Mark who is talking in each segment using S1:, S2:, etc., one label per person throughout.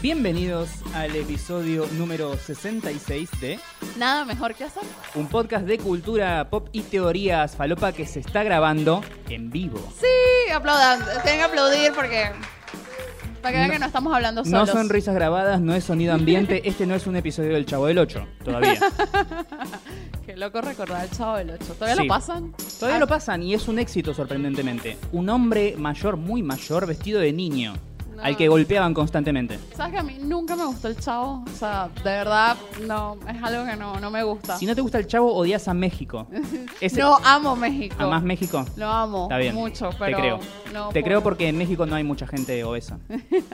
S1: Bienvenidos al episodio número 66 de
S2: Nada mejor que hacer.
S1: un podcast de cultura pop y teorías falopa que se está grabando en vivo.
S2: Sí, aplaudan. Tienen que aplaudir porque. Para que vean
S1: No-
S2: que no estamos hablando
S1: No
S2: solos.
S1: son risas grabadas, no es sonido ambiente, este no es un episodio del Chavo del 8 todavía.
S2: Qué loco recordar el chavo del 8. ¿Todavía
S1: Sí.
S2: lo pasan?
S1: Todavía
S2: Ah,
S1: lo pasan y es un éxito sorprendentemente. Un hombre mayor, muy mayor, vestido de niño,
S2: No.
S1: al que golpeaban constantemente.
S2: ¿Sabes que a mí nunca me gustó el chavo? O sea, de verdad, no. Es algo que no, no me gusta.
S1: Si no te gusta el Chavo, odias a México. Ese-
S2: No amo México.
S1: ¿Amás México?
S2: Lo amo.
S1: Está bien.
S2: Mucho, pero.
S1: Te creo.
S2: no
S1: Te
S2: puedo.
S1: creo porque en México no hay mucha gente obesa.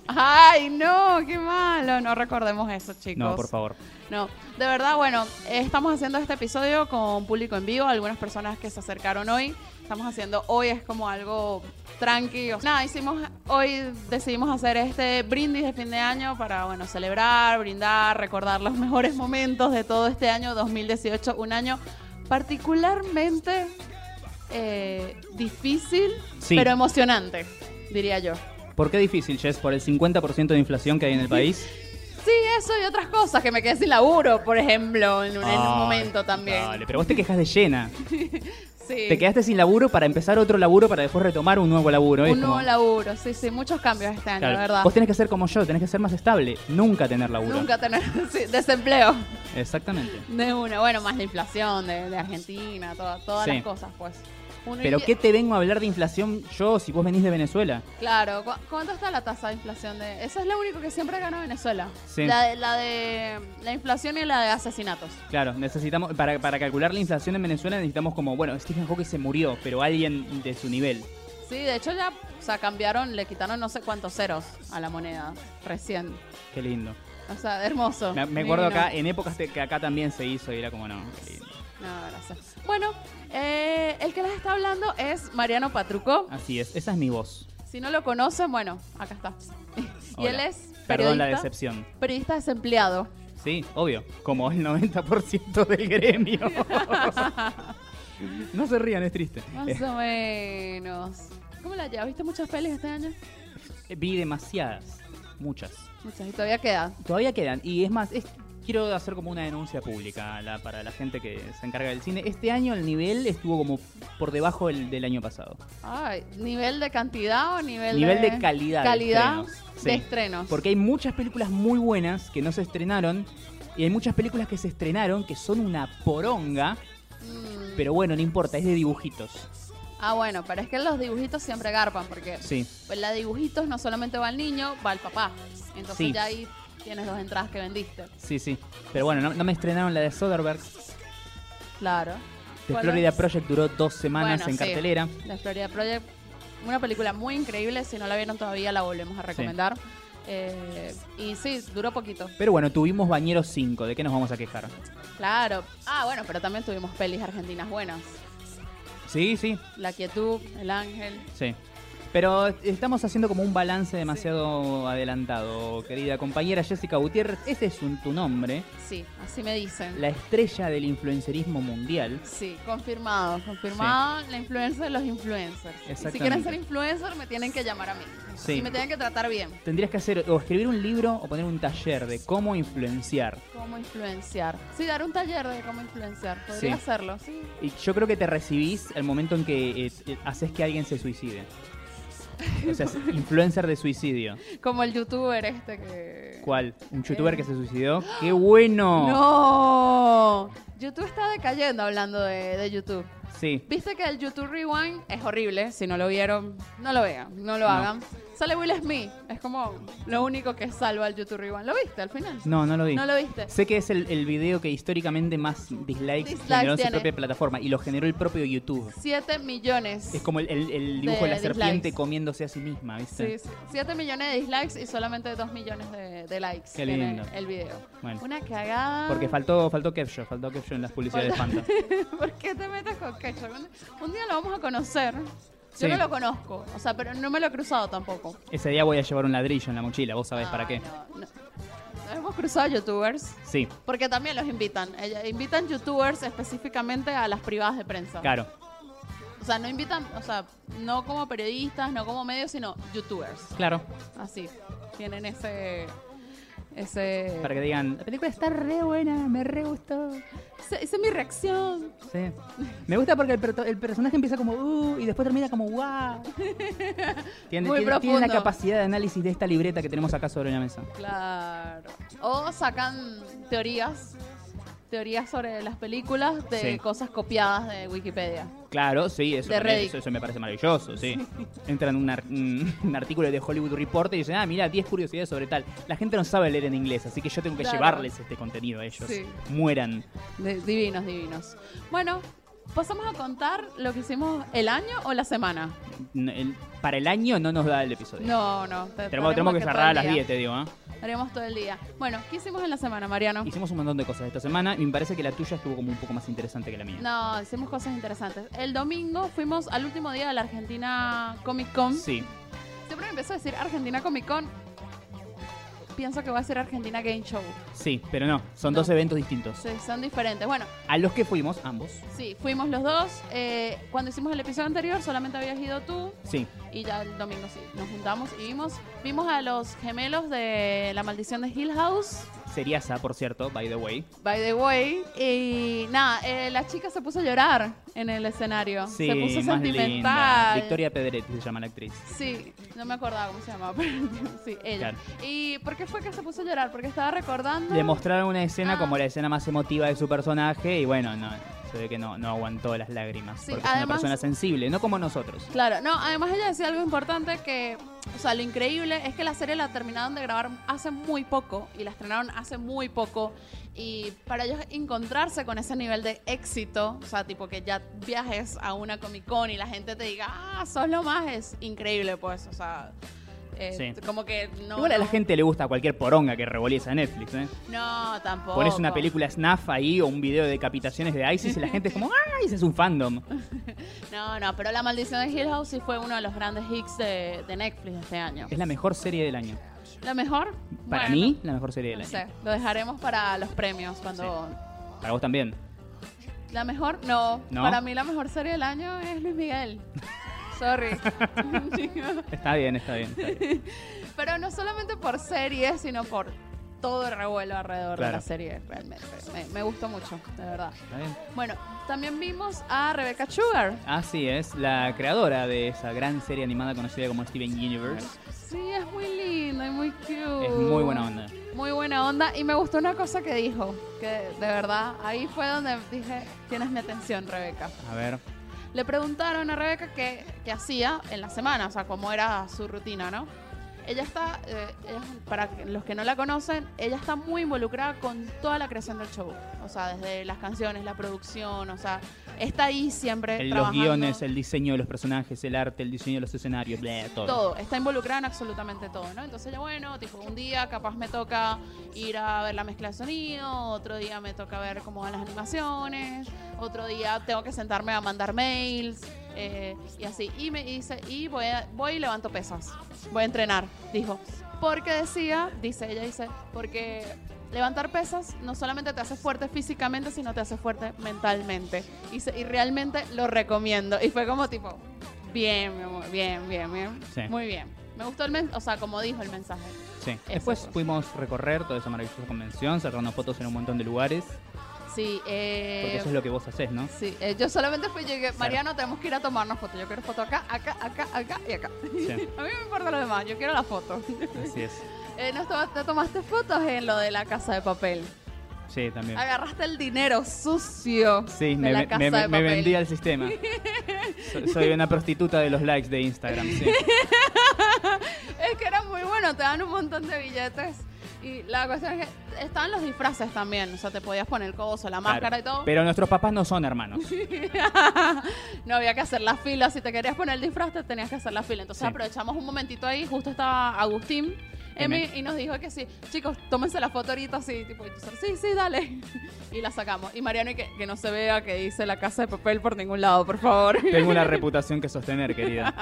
S2: Ay, no, qué malo. No recordemos eso, chicos.
S1: No, por favor.
S2: No, de verdad, bueno, eh, estamos haciendo este episodio con público en vivo, algunas personas que se acercaron hoy. Estamos haciendo hoy es como algo tranquilo. Nada, hicimos hoy decidimos hacer este brindis de fin de año para bueno, celebrar, brindar, recordar los mejores momentos de todo este año 2018, un año particularmente eh, difícil,
S1: Sí.
S2: pero emocionante, diría yo.
S1: ¿Por qué difícil, Jess? Por el 50% de inflación que hay en el país.
S2: Sí, eso y otras cosas, que me quedé sin laburo, por ejemplo, en un, en un
S1: Ay,
S2: momento también.
S1: Dale, pero vos te quejas de llena.
S2: Sí.
S1: Te quedaste sin laburo para empezar otro laburo para después retomar un nuevo laburo. es
S2: un nuevo
S1: como-
S2: laburo, sí, sí, muchos cambios este año,
S1: Claro.
S2: la verdad.
S1: Vos tenés que ser como yo, tenés que ser más estable. Nunca tener laburo.
S2: Nunca tener sí, desempleo
S1: Exactamente.
S2: de una, bueno, más la inflación de, de Argentina, toda- todas
S1: Sí.
S2: las cosas, pues. Uno
S1: Pero
S2: invie-
S1: ¿qué te vengo a hablar de inflación yo si vos venís de Venezuela?
S2: Claro, ¿cu- ¿cuánto está la tasa de inflación? de Eso es lo único que siempre ganó Venezuela.
S1: Sí.
S2: La, de, la de la inflación y la de asesinatos.
S1: Claro, necesitamos, para, para calcular la inflación en Venezuela necesitamos como, bueno, Stephen Hawking se murió, pero alguien de su nivel.
S2: Sí, de hecho ya, o sea, cambiaron, le quitaron no sé cuántos ceros a la moneda recién.
S1: Qué lindo.
S2: O sea, hermoso.
S1: Me, me acuerdo
S2: divino.
S1: acá, en épocas de- que acá también se hizo y era como, no, qué lindo.
S2: No, gracias. Bueno, eh, el que les está hablando es Mariano Patruco.
S1: Así es, esa es mi voz.
S2: Si no lo conocen, bueno, acá está. Y
S1: Hola.
S2: él es
S1: Perdón la
S2: periodista,
S1: decepción.
S2: periodista desempleado.
S1: Sí, obvio. Como el 90% del gremio. no se rían, es triste.
S2: Más o menos. ¿Cómo la llevas? ¿Viste muchas pelis este año?
S1: Eh, vi demasiadas. Muchas.
S2: Muchas y todavía queda.
S1: Todavía quedan. Y es más, es- quiero hacer como una denuncia pública a la- para la gente que se encarga del cine. Este año el nivel estuvo como por debajo del, del año pasado.
S2: Ay, ¿nivel de cantidad o nivel,
S1: nivel
S2: de...?
S1: de calidad. de
S2: Calidad
S1: estrenos.
S2: de este
S1: Sí.
S2: estrenos.
S1: Porque hay muchas películas muy buenas que no se estrenaron. Y hay muchas películas que se estrenaron que son una poronga.
S2: Mm.
S1: Pero bueno, no importa, es de dibujitos.
S2: Ah, bueno, pero es que los dibujitos siempre garpan porque
S1: Sí.
S2: pues, la de dibujitos no solamente va al niño, va al papá. Entonces
S1: Sí.
S2: ya ahí tienes dos entradas que vendiste.
S1: Sí, sí. Pero bueno, no, no me estrenaron la de Soderbergh.
S2: Claro.
S1: The
S2: ¿Cuál
S1: Florida
S2: es?
S1: Project duró dos semanas en
S2: Bueno, sí.
S1: cartelera.
S2: La Florida Project, una película muy increíble. Si no la vieron todavía, la volvemos a recomendar. Eh, y sí, duró poquito.
S1: Pero bueno, tuvimos Bañeros 5. ¿De qué nos vamos a quejar?
S2: Claro. Ah, bueno, pero también tuvimos pelis argentinas buenas.
S1: Sí, sí,
S2: La Quietud, El Ángel.
S1: sí. Pero estamos haciendo como un balance demasiado adelantado, querida compañera Jessica Gutiérrez. Ese es un, tu nombre.
S2: Sí, así me dicen.
S1: La estrella del influencerismo mundial.
S2: Sí, confirmado. Confirmado la influencia de los influencers. Y Si
S1: Exactamente.
S2: quieren ser influencers, me tienen que llamar a mí.
S1: Sí.
S2: Y me tienen que tratar bien.
S1: Tendrías que hacer o escribir un libro o poner un taller de cómo influenciar.
S2: Cómo influenciar. Sí, dar un taller de cómo influenciar. Podría
S1: Sí.
S2: hacerlo, sí.
S1: Y yo creo que te recibís al momento en que eh, eh, haces que alguien se suicide. O sea, es influencer de suicidio.
S2: Como el youtuber este que...
S1: ¿Cuál? ¿Un youtuber
S2: Eh.
S1: que se suicidó? ¡Qué bueno!
S2: No. YouTube está decayendo hablando de, de YouTube.
S1: Sí.
S2: Viste que el YouTube Rewind es horrible. Si no lo vieron, no lo vean, no lo
S1: No.
S2: hagan. Sale Will Smith. Es como lo único que salva al YouTube Rewind. ¿Lo viste al final?
S1: No, no lo vi.
S2: No lo viste.
S1: Sé que es el, el video que históricamente más dislikes,
S2: Dislikes
S1: generó en su
S2: tiene.
S1: propia plataforma y lo generó el propio YouTube.
S2: 7 millones.
S1: Es como el, el- el dibujo de,
S2: De
S1: la serpiente
S2: dislikes.
S1: comiéndose a sí misma, ¿viste?
S2: Sí, 7 millones de dislikes y solamente 2 millones de, de likes
S1: Qué
S2: tiene
S1: lindo.
S2: el video.
S1: Bueno,
S2: Una cagada.
S1: porque faltó, faltó caption, faltó caption en las publicidades de Fanta.
S2: ¿Por qué te metes con Ketchup? Un- Un día lo vamos a conocer. Yo
S1: Sí.
S2: no lo conozco, o sea, pero no me lo he cruzado tampoco.
S1: Ese día voy a llevar un ladrillo en la mochila, vos sabés para
S2: Ay,
S1: qué.
S2: Ah, no, no. Hemos cruzado youtubers.
S1: Sí,
S2: Porque también los invitan. Ella- Invitan youtubers específicamente a las privadas de prensa.
S1: claro.
S2: O sea, no invitan, o sea, no como periodistas, no como medios, sino youtubers.
S1: Claro.
S2: Así. Tienen ese. Ese,
S1: Para que digan, la película está re buena, me re gustó.
S2: ese- esa es mi reacción.
S1: Sí. Me gusta porque el, perto- el personaje empieza como, uh, y después termina como, wow. Tiene, tiene-
S2: Muy
S1: tiene la
S2: profundo.
S1: capacidad de análisis de esta libreta que tenemos acá sobre la mesa.
S2: Claro. O sacan teorías, teorías sobre las películas de
S1: Sí.
S2: cosas copiadas de Wikipedia.
S1: Claro, sí, eso,
S2: De
S1: también,
S2: Reddit.
S1: eso, eso me parece maravilloso, sí. Entran en un, ar- un- un artículo de Hollywood Report y dicen, ah, mira, 10 curiosidades sobre tal. La gente no sabe leer en inglés, así que yo tengo que
S2: Claro.
S1: llevarles este contenido a ellos.
S2: Sí.
S1: Mueran.
S2: De- divinos, divinos. Bueno, pasamos a contar lo que hicimos el año o la semana.
S1: N- el- para el año no nos da el episodio.
S2: No, no. te-
S1: Tenemos, tenemos que cerrar a las
S2: todo el
S1: 10,
S2: día.
S1: te digo, ¿ah?
S2: Haremos todo el día. Bueno, ¿qué hicimos en la semana, Mariano?
S1: Hicimos un montón de cosas esta semana y me parece que la tuya estuvo como un poco más interesante que la mía.
S2: No, hicimos cosas interesantes. El domingo fuimos al último día de la Argentina Comic Con.
S1: Sí,
S2: Siempre me empezó a decir Argentina Comic Con. Pienso que va a ser Argentina Game Show.
S1: sí, pero no, son
S2: No.
S1: dos eventos distintos.
S2: Sí, son diferentes. Bueno,
S1: A los que fuimos, ambos.
S2: sí, fuimos los dos. Eh, cuando hicimos el episodio anterior solamente habías ido tú
S1: Sí,
S2: y ya el domingo sí. Nos juntamos y vimos, vimos a los gemelos de La Maldición de Hill House.
S1: Seriasa, por cierto, by the way.
S2: By the way, y nada, eh, la chica se puso a llorar en el escenario.
S1: Sí,
S2: se puso
S1: más linda.
S2: sentimental.
S1: Victoria Pedretti se llama la actriz.
S2: Sí, no me acordaba cómo se llamaba, pero sí, ella.
S1: Claro.
S2: ¿Y por qué fue que se puso a llorar? Porque estaba recordando.
S1: Le mostraron una escena
S2: Ah.
S1: como la escena más emotiva de su personaje y bueno, no, se ve que no, no aguantó las lágrimas.
S2: Sí,
S1: porque es
S2: además-
S1: una persona sensible, no como nosotros.
S2: Claro, no, además ella decía algo importante que, o sea, lo increíble es que la serie la terminaron de grabar hace muy poco y la estrenaron hace muy poco y para ellos encontrarse con ese nivel de éxito, o sea, tipo que ya viajes a una Comic Con y la gente te diga, ah, sos lo más, es increíble, pues, o sea, eh,
S1: Sí.
S2: como que no...
S1: Igual a la
S2: no-
S1: gente le gusta cualquier poronga que revoliza Netflix, ¿eh?
S2: No, tampoco.
S1: Pones una película snaf ahí o un video de decapitaciones de ISIS y la gente es como, ¡ah! Ese es un fandom.
S2: No, no, pero La Maldición de Hill House sí fue uno de los grandes hits de, de Netflix de este año.
S1: Es la mejor serie del año.
S2: ¿Lo mejor?
S1: Para
S2: Bueno,
S1: mí, la mejor serie del
S2: No
S1: año.
S2: sé, lo dejaremos para los premios cuando...
S1: Para vos también.
S2: La mejor, no.
S1: ¿No?
S2: Para mí la mejor serie del año es Luis Miguel. Sorry.
S1: Está bien, está bien. está bien.
S2: Pero no solamente por series, sino por todo el revuelo alrededor de
S1: Claro.
S2: la serie, realmente. Me, me gustó mucho, de verdad.
S1: Está bien.
S2: Bueno, también vimos a Rebecca Sugar.
S1: Así es, la creadora de esa gran serie animada conocida como Steven Universe.
S2: Sí, es muy linda y muy cute.
S1: Es muy buena onda.
S2: Muy buena onda. Y me gustó una cosa que dijo, que de verdad, ahí fue donde dije, tienes mi atención, Rebeca.
S1: A ver,
S2: Le preguntaron a Rebeca qué, qué hacía en la semana, o sea, cómo era su rutina, ¿no? Ella está, eh, ella- para que- los que no la conocen, ella está muy involucrada con toda la creación del show. O sea, desde las canciones, la producción, o sea, está ahí siempre.
S1: el- los
S2: trabajando.
S1: guiones, el diseño de los personajes, el arte, el diseño de los escenarios, bla, todo.
S2: todo, está involucrada en absolutamente todo, ¿no? Entonces ya bueno, tipo un día capaz me toca ir a ver la mezcla de sonido, otro día me toca ver cómo van las animaciones, otro día tengo que sentarme a mandar mails eh, y así. Y me dice, y voy, a- voy y levanto pesas, voy a entrenar, dijo. Porque decía, dice ella, dice, porque levantar pesas no solamente te hace fuerte físicamente, sino te hace fuerte mentalmente. Y, se- y realmente lo recomiendo. Y fue como tipo, bien, mi amor, bien, bien, bien.
S1: Sí.
S2: Muy bien. Me gustó el mensaje, o sea, como dijo el mensaje.
S1: Sí. Después
S2: fue.
S1: pudimos recorrer toda esa maravillosa convención, sacando fotos en un montón de lugares,
S2: Sí, eh,
S1: porque eso es lo que vos haces, ¿no?
S2: sí eh, yo solamente fui, llegué, Mariano, tenemos que ir a tomarnos fotos. Yo quiero foto acá, acá, acá, acá y acá.
S1: Sí,
S2: A mí no me importa lo demás, yo quiero la foto.
S1: así es.
S2: Eh, ¿no to- ¿Te tomaste fotos en lo de la casa de papel?
S1: Sí, también.
S2: Agarraste el dinero sucio
S1: Sí,
S2: de
S1: me,
S2: la
S1: me-
S2: casa
S1: me-
S2: de papel.
S1: me vendí al sistema. So- Soy una prostituta de los likes de Instagram. sí.
S2: Es que era muy bueno, te dan un montón de billetes. Y la cuestión es que estaban los disfraces también, o sea, te podías poner el coso, la máscara
S1: Claro.
S2: y todo.
S1: Pero nuestros papás no son hermanos.
S2: no había que hacer la fila, si te querías poner el disfraz te tenías que hacer la fila. Entonces
S1: Sí.
S2: aprovechamos un momentito ahí, justo estaba Agustín.
S1: M.
S2: Emi, y nos dijo que sí, chicos, tómense la foto ahorita así, tipo, y nosotros, sí, sí, dale. Y la sacamos. Y Mariano, y que, que no se vea que dice la casa de papel por ningún lado, por favor.
S1: Tengo una reputación que sostener, querida.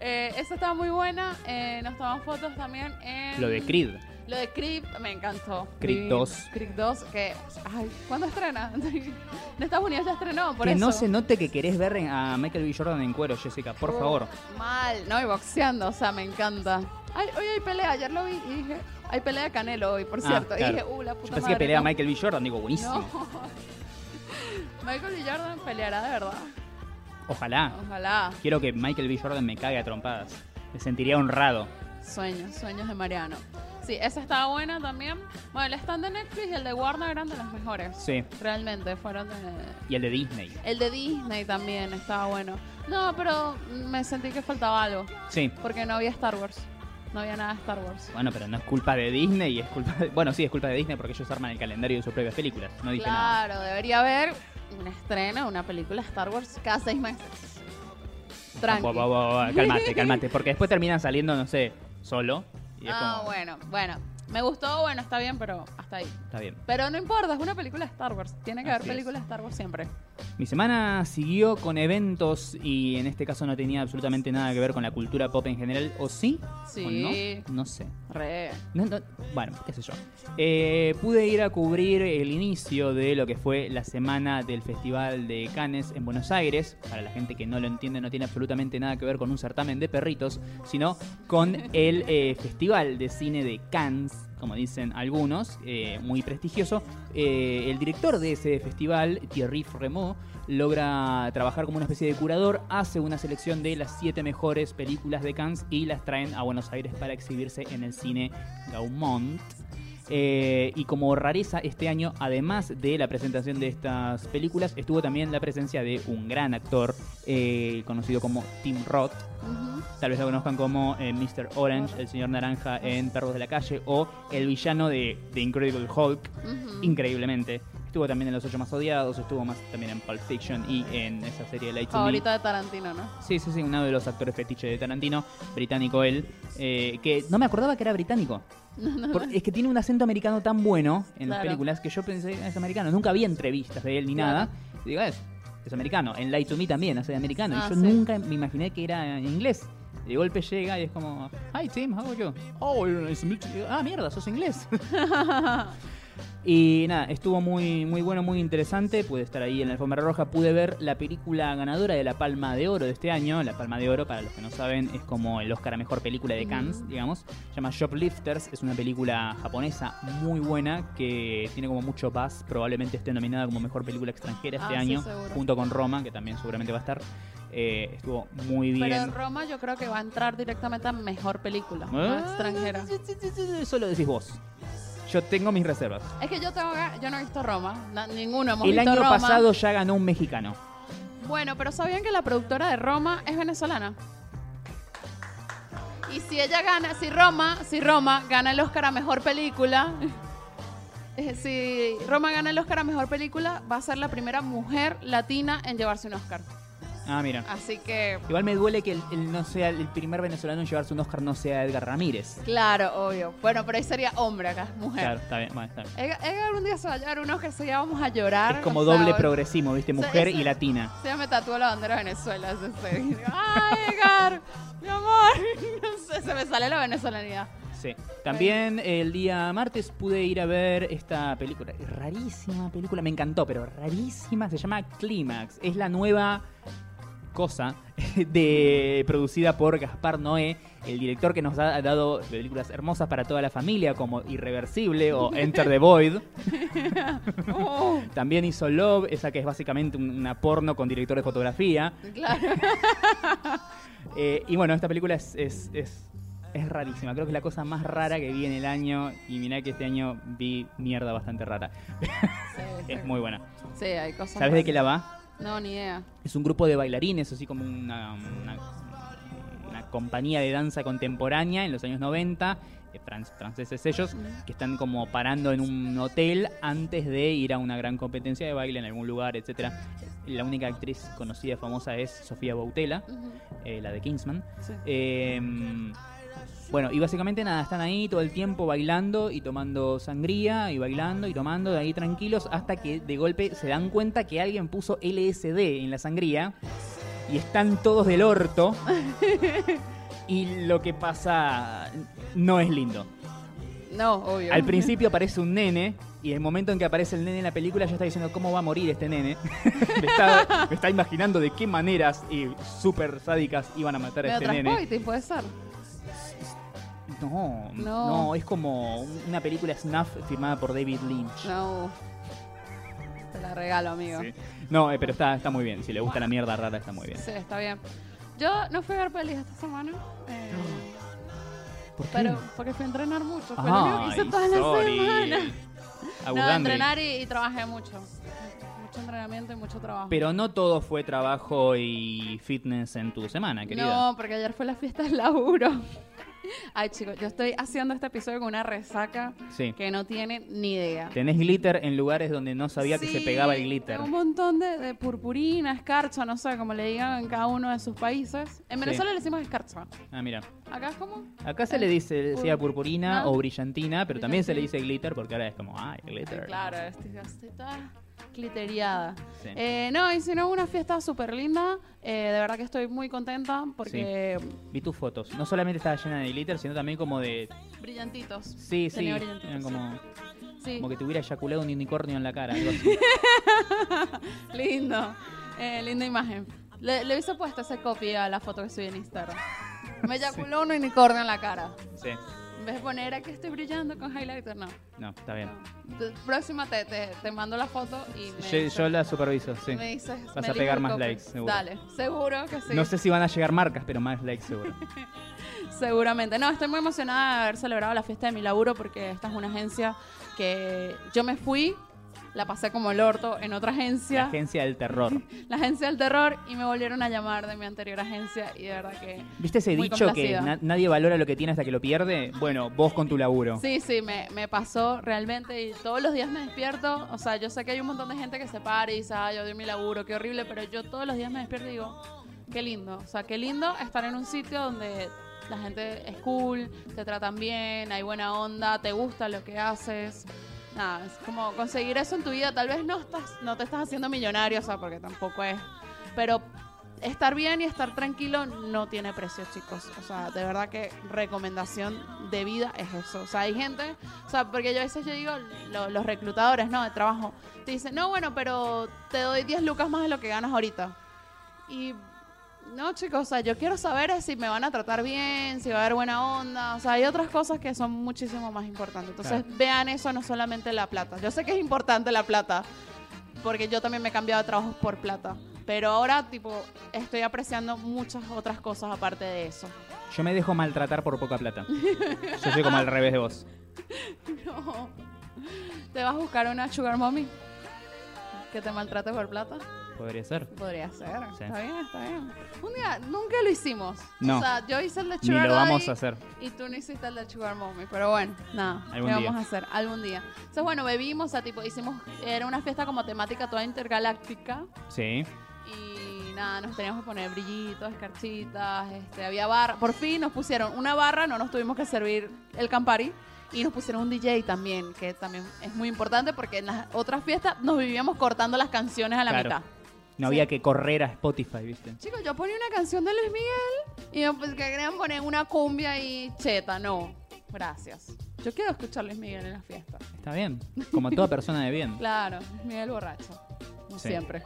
S2: Eh, esa estaba muy buena. eh, nos tomamos fotos también en...
S1: Lo de Creed.
S2: Lo de Creep me encantó.
S1: Creep
S2: Divino.
S1: 2.
S2: Creep 2, que. Ay, ¿cuándo estrena? en Estados Unidos ya estrenó, por
S1: que
S2: eso.
S1: no se note que querés ver en- a Michael B. Jordan en cuero, Jessica, por
S2: Oh,
S1: favor.
S2: Mal, no, y boxeando, o sea, me encanta. Ay, hoy hay pelea, ayer lo vi y dije, Hay pelea de Canelo hoy, por
S1: Ah,
S2: cierto. Y
S1: claro.
S2: dije, uh, la puta
S1: Yo pensé que
S2: madre,
S1: peleaba
S2: no.
S1: Michael B. Jordan, digo, buenísimo.
S2: No. Michael y Jordan peleará de verdad.
S1: Ojalá.
S2: Ojalá.
S1: Quiero que Michael B. Jordan me cague a trompadas. Me sentiría honrado.
S2: Sueños, sueños de Mariano. Sí, esa estaba buena también. Bueno, el stand de Netflix y el de Warner eran de los mejores.
S1: Sí.
S2: Realmente fueron de...
S1: Y el de Disney.
S2: El de Disney también estaba bueno. No, pero me sentí que faltaba algo.
S1: Sí.
S2: Porque no había Star Wars. No había nada de Star Wars.
S1: Bueno, pero no es culpa de Disney, es culpa de- Bueno, sí, es culpa de Disney porque ellos arman el calendario de sus propias películas. No dije nada.
S2: Claro, debería haber un estreno, una película de Star Wars cada seis meses. Tranqui.
S1: Bo- bo- bo- bo- Calmate, calmate. Porque después terminan saliendo, no sé, solo. Y es
S2: Ah,
S1: como-
S2: bueno, bueno. Me gustó, bueno, está bien, pero hasta ahí.
S1: Está bien.
S2: Pero no importa, es una película de Star Wars. Tiene que
S1: Así
S2: haber
S1: es.
S2: películas de Star Wars siempre.
S1: Mi semana siguió con eventos y en este caso no tenía absolutamente nada que ver con la cultura pop en general. ¿O sí? ¿O
S2: Sí.
S1: no? No sé.
S2: Re.
S1: No, no, bueno, qué sé yo. Eh, pude ir a cubrir el inicio de lo que fue la semana del Festival de Cannes en Buenos Aires. Para la gente que no lo entiende, no tiene absolutamente nada que ver con un certamen de perritos, sino con el eh, Festival de Cine de Cannes, como dicen algunos, eh, muy prestigioso. Eh, el director de ese festival, Thierry Fremont, logra trabajar como una especie de curador, hace una selección de las siete mejores películas de Cannes y las traen a Buenos Aires para exhibirse en el cine Gaumont. Eh, y como rareza este año, además de la presentación de estas películas, estuvo también la presencia de un gran actor eh, conocido como Tim Roth.
S2: Ujú.
S1: Tal vez lo conozcan como eh, Mr. Orange, el señor naranja en Perros de la Calle o el villano de The Incredible Hulk
S2: Ujú.
S1: increíblemente. Estuvo también en Los Ocho Más Odiados, estuvo más también en Pulp Fiction y en esa serie Light to Me.
S2: Favorita de Tarantino, ¿no?
S1: Sí, sí, sí, uno de los actores fetiche de Tarantino, británico él, eh, que no me acordaba que era británico. Por- es que tiene un acento americano tan bueno en las
S2: Claro.
S1: películas que yo pensé, "Ah, es americano. Nunca vi entrevistas de él ni
S2: Claro.
S1: nada. Y digo, "Ah, es, es americano. En Light to Me también hace de americano.
S2: Ah,
S1: y yo
S2: sí.
S1: nunca me imaginé que era en inglés. Y de golpe llega y es como, Hi Tim, how are you? Oh, nice to meet you." Ah, mierda, sos inglés. Y nada, estuvo muy, muy bueno, muy interesante. Pude estar ahí en la alfombra roja. Pude ver la película ganadora de la Palma de Oro de este año. La Palma de Oro, para los que no saben, es como el Oscar a mejor película de Cannes,
S2: Ujú.
S1: digamos. Se llama Shoplifters. Es una película japonesa muy buena que tiene como mucho paz. Probablemente esté nominada como mejor película extranjera este
S2: Ah, sí,
S1: año,
S2: seguro.
S1: junto con Roma, que también seguramente va a estar. Eh, estuvo muy bien.
S2: Pero en Roma yo creo que va a entrar directamente a mejor película, no
S1: Ah,
S2: extranjera.
S1: Eso lo decís vos. Yo tengo mis reservas.
S2: Es que yo tengo, ga- yo no he visto Roma, na- ninguno hemos
S1: El
S2: visto
S1: año
S2: Roma.
S1: pasado ya ganó un mexicano.
S2: Bueno, pero sabían que la productora de Roma es venezolana. Y si ella gana, si Roma, si Roma gana el Oscar a mejor película, eh, si Roma gana el Oscar a mejor película, va a ser la primera mujer latina en llevarse un Oscar.
S1: Ah, mira.
S2: Así que
S1: Igual me duele que el, el no sea el primer venezolano en llevarse un Oscar no sea Edgar Ramírez.
S2: claro, obvio. Bueno, pero ahí sería hombre acá, es mujer.
S1: Claro, está bien, bueno, está bien.
S2: Edgar, Edgar un día se va a llevar unos que se ya vamos a llorar.
S1: Es como
S2: o sea,
S1: doble
S2: hoy-
S1: progresismo, ¿viste?
S2: O sea,
S1: Mujer
S2: eso-
S1: y latina.
S2: Se me tatuó la bandera de Venezuela. eso estoy. Y digo, ¡Ay, Edgar! ¡Mi amor! No sé, se me sale la venezolanidad.
S1: Sí. También el día martes pude ir a ver esta película. Rarísima película, me encantó, pero rarísima. Se llama Clímax. Es la nueva cosa de producida por Gaspar Noé, el director que nos ha dado películas hermosas para toda la familia como Irreversible o Enter the Void.
S2: Uh,
S1: También hizo Love, esa que es básicamente un- una porno con director de fotografía.
S2: claro.
S1: Eh, y bueno, esta película es, es, es, es rarísima. Creo que es la cosa más rara que vi en el año. Y mirá que este año vi mierda bastante rara.
S2: Sí, sí.
S1: Es muy buena.
S2: Sí, hay cosas.
S1: ¿Sabes de qué la va?
S2: No, ni idea.
S1: Es un grupo de bailarines, así como una, una- una compañía de danza contemporánea en los años 90. eh, fran- franceses ellos, que están como parando en un hotel antes de ir a una gran competencia de baile en algún lugar, etcétera. La única actriz conocida famosa es Sofía Boutela,
S2: Ujú,
S1: eh, la de Kingsman.
S2: sí.
S1: Eh, bueno, y básicamente nada, están ahí todo el tiempo bailando y tomando sangría y bailando y tomando de ahí tranquilos hasta que de golpe se dan cuenta que alguien puso LSD en la sangría y están todos del orto y lo que pasa no es lindo.
S2: No, obvio.
S1: Eh, Al principio aparece un nene y el momento en que aparece el nene en la película ya está diciendo cómo va a morir este nene. me, está, me está imaginando de qué maneras y súper sádicas iban a matar a
S2: Pero
S1: este nene.
S2: transporte, puede ser.
S1: No, no,
S2: No.
S1: es como una película snuff firmada por David Lynch.
S2: No. Te la regalo, amigo.
S1: Sí. No, eh, pero está, está muy bien. Si le gusta la mierda rara, está muy bien.
S2: Sí, está bien. Yo no fui a ver pelis esta semana. eh,
S1: ¿Por qué?
S2: pero porque fui a entrenar mucho. Fue lo único que hice
S1: Ay,
S2: toda
S1: sorry.
S2: la semana. No,
S1: Abundante.
S2: entrenar y, y trabajé mucho. Mucho entrenamiento y mucho trabajo.
S1: Pero no todo fue trabajo y fitness en tu semana, querida.
S2: no, porque ayer fue la fiesta del laburo. Ay, chicos, yo estoy haciendo este episodio con una resaca
S1: Sí.
S2: que no tiene ni idea.
S1: Tenés glitter en lugares donde no sabía que se
S2: Sí,
S1: pegaba el glitter.
S2: Un montón de, de purpurina, escarcha, no sé, como le digan en cada uno de sus países. En Venezuela le decimos escarcha.
S1: Ah, mira.
S2: Acá es como.
S1: Acá se le dice
S2: Pur-
S1: sea purpurina
S2: no.
S1: o brillantina, pero también se le dice glitter porque ahora es como, ah, glitter.
S2: Ay, claro, estoy, estoy toda cliteriada.
S1: Sí.
S2: Eh, no, hicieron una fiesta súper linda. Eh, de verdad que estoy muy contenta porque.
S1: Vi tus fotos. No solamente estaba llena de glitter, sino también como de.
S2: Brillantitos.
S1: Sí, sí.
S2: Tenía brillantitos,
S1: Eran como,
S2: Sí.
S1: como que te hubiera eyaculado un unicornio en la cara. algo así.
S2: Lindo, eh, linda imagen. Le, le hubiese puesto ese copy a la foto que subí en Instagram. Me eyaculó un unicornio en la cara.
S1: sí.
S2: En vez de poner aquí estoy brillando con highlighter, no.
S1: No, está bien.
S2: T- Próxima te, te, te mando la foto y me,
S1: Yo,
S2: dices-
S1: yo la superviso, sí.
S2: me dices.
S1: Vas
S2: me
S1: a pegar
S2: elijo el
S1: más
S2: copy.
S1: likes, seguro.
S2: Dale, seguro que sí.
S1: No sé si van a llegar marcas, pero más likes seguro.
S2: Seguramente. No, estoy muy emocionada de haber celebrado la fiesta de mi laburo porque esta es una agencia que yo me fui, la pasé como el orto en otra
S1: La
S2: agencia.
S1: agencia del terror.
S2: la agencia del terror y me volvieron a llamar de mi anterior agencia y de verdad que
S1: ¿Viste ese
S2: Muy
S1: dicho que
S2: complacida.
S1: na- nadie valora lo que tiene hasta que lo pierde? Bueno, vos con tu laburo.
S2: sí, sí, me, me pasó realmente y todos los días me despierto, o sea, yo sé que hay un montón de gente que se para y dice, ah, yo odio mi laburo, qué horrible, pero yo todos los días me despierto y digo, qué lindo, o sea, qué lindo estar en un sitio donde la gente es cool, te tratan bien, hay buena onda, te gusta lo que haces. Nada, es como conseguir eso en tu vida, tal vez no estás no te estás haciendo millonario, o sea, porque tampoco es, pero estar bien y estar tranquilo no tiene precio, chicos. O sea, de verdad que recomendación de vida es eso. O sea, hay gente, o sea, porque yo a veces yo digo, lo- los reclutadores, ¿no? De trabajo, te dicen, no, bueno, pero te doy 10 lucas más de lo que ganas ahorita. Y no, chicos, o sea, yo quiero saber es si me van a tratar bien, si va a haber buena onda. O sea, hay otras cosas que son muchísimo más importantes. Entonces, vean eso, no solamente la plata. Yo sé que es importante la plata, porque yo también me he cambiado de trabajos por plata. Pero ahora, tipo, estoy apreciando muchas otras cosas aparte de eso.
S1: Yo me dejo maltratar por poca plata. Yo soy como al revés de vos.
S2: No. ¿Te vas a buscar una sugar mommy? ¿Que te maltrate por plata?
S1: Podría ser.
S2: Podría ser.
S1: Sí.
S2: Está bien, está bien. Un día, nunca lo hicimos.
S1: No.
S2: O sea, yo hice el de
S1: Ni
S2: sugar
S1: lo vamos
S2: daddy
S1: a hacer.
S2: Y tú no hiciste el de sugar mommy. Pero bueno, nada. ¿Qué
S1: Algún día.
S2: vamos a hacer? Algún día. Entonces, bueno, bebimos, o sea, tipo, hicimos... Era una fiesta como temática toda intergaláctica.
S1: Sí.
S2: Y nada, nos teníamos que poner brillitos, escarchitas, este, había barra. Por fin nos pusieron una barra, no nos tuvimos que servir el Campari. Y nos pusieron un DJ también, que también es muy importante porque en las otras fiestas nos vivíamos cortando las canciones a la
S1: Claro.
S2: mitad.
S1: No había que correr a Spotify, ¿viste?
S2: Chicos, yo ponía una canción de Luis Miguel y yo, pues, que querían poner una cumbia y cheta. No, gracias. Yo quiero escuchar Luis Miguel en las fiestas.
S1: Está bien. Como toda persona de bien.
S2: Claro, Luis Miguel borracho, como
S1: Sí.
S2: siempre.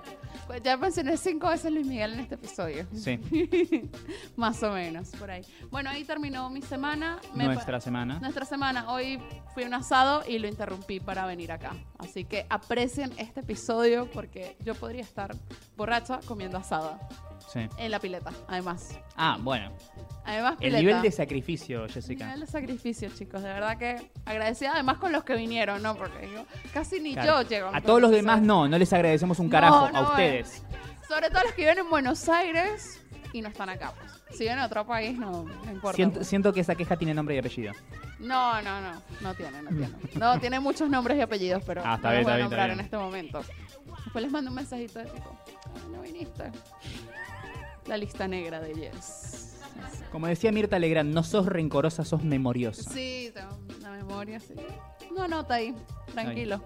S2: Pues ya mencioné cinco veces Luis Miguel en este episodio.
S1: Sí.
S2: Más o menos, por ahí. Bueno, ahí terminó mi semana. Me pa-
S1: Nuestra semana.
S2: nuestra semana. Hoy fui a un asado y lo interrumpí para venir acá. Así que aprecien este episodio porque yo podría estar borracha comiendo asada
S1: Sí.
S2: en la pileta, además.
S1: Ah, bueno.
S2: Además,
S1: El
S2: pileta.
S1: nivel de sacrificio,
S2: El
S1: Jessica.
S2: nivel de sacrificio, chicos. De verdad que agradecida además con los que vinieron, ¿no? Porque yo, casi ni
S1: Claro.
S2: yo llego.
S1: A todos los demás no, no les agradecemos un carajo,
S2: No, eh,
S1: a
S2: no,
S1: ustedes.
S2: Sobre todo los que viven en Buenos Aires y no están acá. pues. Si viven en otro país, no, no importa.
S1: Siento,
S2: pues.
S1: siento que esa queja tiene nombre y apellido.
S2: No, no, no, no tiene, no tiene. No, tiene muchos nombres y apellidos, pero
S1: Ah, está bien,
S2: no los voy
S1: está
S2: a
S1: bien, está
S2: nombrar
S1: bien.
S2: en este momento. Después les mando un mensajito de tipo, "Ay, no viniste. La lista negra de Yes.
S1: Como decía Mirta Legrand, no sos rencorosa, sos memoriosa.
S2: Sí, tengo una memoria, sí. No anota ahí, tranquilo.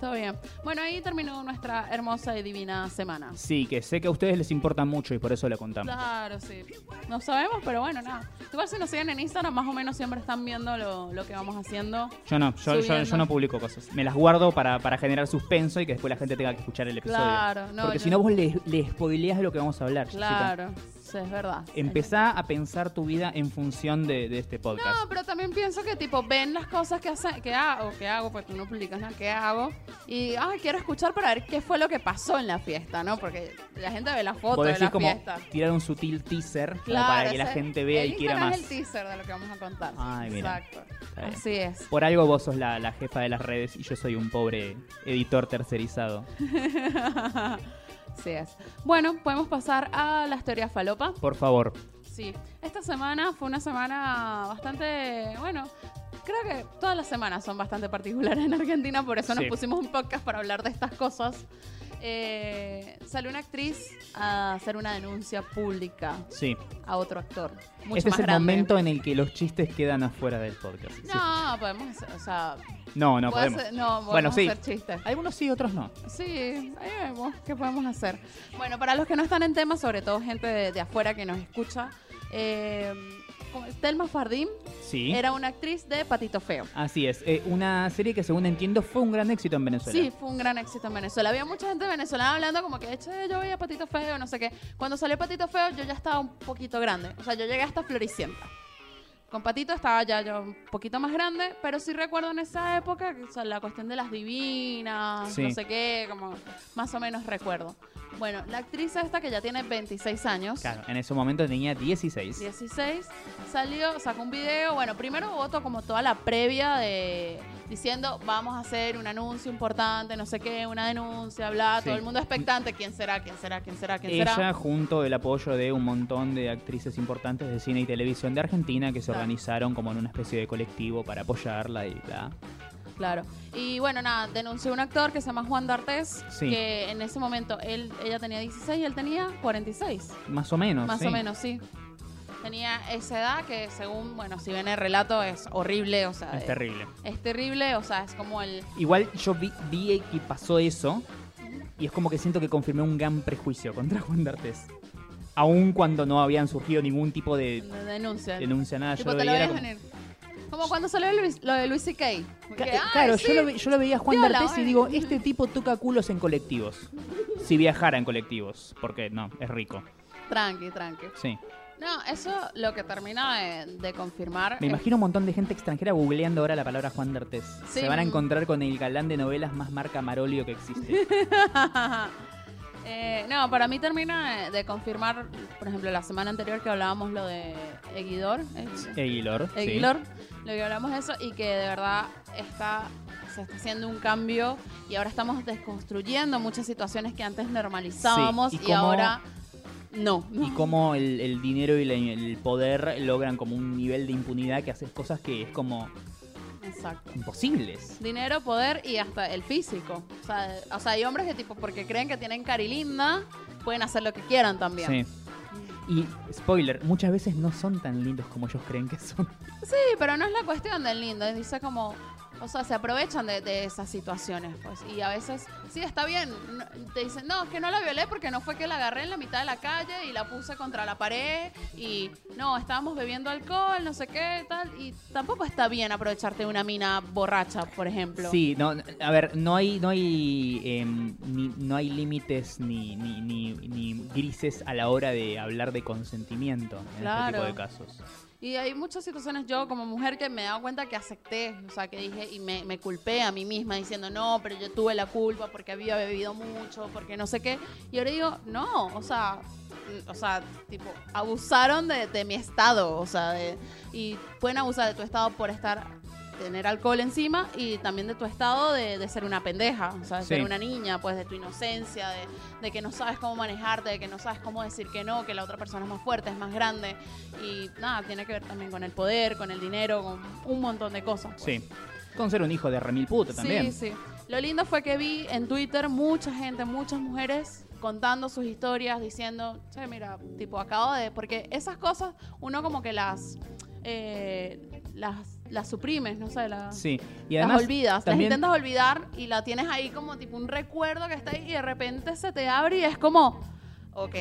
S2: Todo bien. Bueno, ahí terminó nuestra hermosa y divina semana.
S1: Sí, que sé que a ustedes les importa mucho y por eso lo contamos.
S2: Claro, sí. No sabemos, pero bueno, nada. Igual si nos siguen en Instagram, más o menos siempre están viendo lo, lo que vamos haciendo.
S1: Yo no, yo, yo, yo
S2: Subiendo.
S1: no publico cosas. Me las guardo para, para generar suspenso y que después la gente tenga que escuchar el episodio.
S2: Claro, no,
S1: Porque
S2: yo-
S1: si no vos le, le spoileás lo que vamos a hablar, Jessica.
S2: Claro. Sí, es verdad.
S1: Empezá a pensar tu vida en función de, de este podcast.
S2: No, pero también pienso que tipo ven las cosas que, hace- que hago, que hago, porque tú no publicas nada que hago. Y ah, quiero escuchar para ver qué fue lo que pasó en la fiesta, ¿no? Porque la gente ve las fotos
S1: Vos
S2: de
S1: decís
S2: la
S1: como
S2: fiesta.
S1: tirar un sutil teaser como para que la
S2: ese-
S1: gente vea
S2: el
S1: y quiera
S2: Instagram
S1: más.
S2: es el teaser de lo que vamos a contar.
S1: Ay, mira.
S2: Exacto.
S1: Está bien.
S2: Así es.
S1: Por algo vos sos la, la jefa de las redes y yo soy un pobre editor tercerizado.
S2: Así es. Bueno, podemos pasar a las teorías falopa.
S1: Por favor.
S2: Sí, esta semana fue una semana bastante, bueno, creo que todas las semanas son bastante particulares en Argentina, por eso
S1: Sí.
S2: nos pusimos un podcast para hablar de estas cosas. Eh, salió una actriz a hacer una denuncia pública
S1: Sí.
S2: a otro actor. Mucho
S1: este es
S2: más
S1: el
S2: grande.
S1: momento en el que los chistes quedan afuera del podcast. Sí.
S2: No, podemos, hacer- o sea,
S1: No, no
S2: puedo
S1: podemos.
S2: hacer- no,
S1: Bueno,
S2: podemos
S1: sí.
S2: hacer chistes.
S1: Algunos sí, otros no.
S2: Sí, ahí vemos qué podemos hacer. Bueno, para los que no están en tema, sobre todo gente de, de afuera que nos escucha, eh, como Telma Fardim
S1: Sí.
S2: era una actriz de Patito Feo.
S1: Así es. Eh, una serie que, según entiendo, fue un gran éxito en Venezuela.
S2: Sí, fue un gran éxito en Venezuela. Había mucha gente venezolana hablando como que, che, yo veía Patito Feo, no sé qué. Cuando salió Patito Feo, yo ya estaba un poquito grande. O sea, yo llegué hasta Floricienta. Con Patito estaba ya yo un poquito más grande, pero sí recuerdo en esa época o sea, la cuestión de las divinas,
S1: Sí.
S2: no sé qué, como más o menos recuerdo. Bueno, la actriz esta que ya tiene 26 años.
S1: Claro, en ese momento tenía 16.
S2: 16, salió, sacó un video, bueno, primero voto como toda la previa de diciendo vamos a hacer un anuncio importante, no sé qué, una denuncia, bla,
S1: Sí.
S2: todo el mundo expectante, quién será, quién será, quién será, quién
S1: Ella,
S2: será.
S1: junto el apoyo de un montón de actrices importantes de cine y televisión de Argentina que se
S2: Claro.
S1: organizaron como en una especie de colectivo para apoyarla y bla.
S2: Claro. Y bueno, nada, denunció un actor que se llama Juan D'Artes,
S1: Sí.
S2: que en ese momento él, ella tenía 16 y él tenía 46.
S1: Más o menos.
S2: Más
S1: Ah, sí.
S2: o menos, sí. Tenía esa edad que según, bueno, si ven el relato es horrible, o sea,
S1: Es terrible.
S2: es terrible, o sea, es como el
S1: Igual yo vi, vi que pasó eso y es como que siento que confirmé un gran prejuicio contra Juan D'Artes. Aun cuando no habían surgido ningún tipo de
S2: de denuncia.
S1: denuncia, nada.
S2: Tipo,
S1: Ah, yo lo
S2: te lo
S1: veía, era
S2: veías
S1: como-
S2: venir. Como cuando salió Luis- lo de Luis C.K.
S1: Ca- eh,
S2: Que, ay,
S1: claro,
S2: sí,
S1: yo, lo, ve- yo lo veía a Juan
S2: Piola,
S1: D'Artes y
S2: bueno.
S1: digo, este tipo toca culos en colectivos. Si viajara en colectivos, porque no, es rico.
S2: Tranqui, tranqui.
S1: Sí.
S2: No, eso lo que termina de, de confirmar.
S1: Me
S2: es-
S1: imagino un montón de gente extranjera googleando ahora la palabra Juan D'Artes.
S2: Sí.
S1: Se van a encontrar con el galán de novelas más marca Marolio que existe.
S2: Eh, no, para mí termina de, de confirmar, por ejemplo, la semana anterior que hablábamos lo de Eguidor. eh,
S1: Aguilor. sí.
S2: Eguilor, lo que hablamos de eso y que de verdad está se está haciendo un cambio y ahora estamos desconstruyendo muchas situaciones que antes normalizábamos
S1: y
S2: y,
S1: cómo-
S2: ahora no.
S1: Y cómo el, el dinero y la- el poder logran como un nivel de impunidad que haces cosas que es como
S2: Exacto.
S1: imposibles.
S2: Dinero, poder y hasta el físico. O sea, de- o sea, hay hombres que tipo, porque creen que tienen cari linda, pueden hacer lo que quieran también. Sí,
S1: Sí. Y spoiler, muchas veces no son tan lindos como ellos creen que son.
S2: pero no es la cuestión del lindo. es- Dice como, o sea, se aprovechan de, de esas situaciones. pues Y a veces, sí, está bien. no- te dicen, no, es que no la violé porque no fue que la agarré en la mitad de la calle y la puse contra la pared. Y no, estábamos bebiendo alcohol, no sé qué, tal. Y tampoco está bien aprovecharte de una mina borracha, por ejemplo.
S1: Sí, no, a ver, no hay, no hay, em, ni- no hay límites ni, ni, ni, ni grises a la hora de hablar de consentimiento en este
S2: Claro.
S1: tipo de casos.
S2: Y hay muchas situaciones yo como mujer que me he dado cuenta que acepté, o sea, que dije y me, me culpé a mí misma diciendo, no, pero yo tuve la culpa porque había bebido mucho, porque no sé qué. Y ahora digo, no, o sea, mm, o sea, tipo, abusaron de, de mi estado, o sea, de- y pueden abusar de tu estado por estar tener alcohol encima y también de tu estado de, de ser una pendeja, o sea, de
S1: Sí.
S2: ser una niña, pues de tu inocencia, de, de que no sabes cómo manejarte, de que no sabes cómo decir que no, que la otra persona es más fuerte, es más grande, y nada, tiene que ver también con el poder, con el dinero, con un montón de cosas. pues.
S1: Sí. Con ser un hijo de Remil Puta también.
S2: Sí, sí. Lo lindo fue que vi en Twitter mucha gente, muchas mujeres contando sus historias, diciendo, che, mira, tipo, acabo de... Porque esas cosas uno como que las... eh, las, las suprimes, no sé, las...
S1: Sí. Y
S2: las
S1: además,
S2: olvidas,
S1: también-
S2: las intentas olvidar y la tienes ahí como tipo un recuerdo que está ahí y de repente se te abre y es como, ok,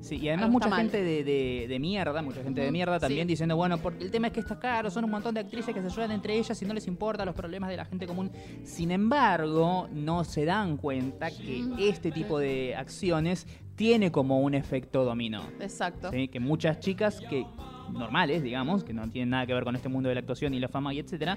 S1: Sí, y además
S2: Algo
S1: mucha
S2: está mal.
S1: gente de, de- de mierda, mucha gente de
S2: Ujú,
S1: mierda también
S2: sí.
S1: diciendo, bueno, por- el tema es que está caro, son un montón de actrices que se ayudan entre ellas y no les importa los problemas de la gente común. Sin embargo, no se dan cuenta que este tipo de acciones tiene como un efecto dominó.
S2: Exacto.
S1: ¿sí? Que muchas chicas que normales, digamos, que no tienen nada que ver con este mundo de la actuación y la fama y etcétera,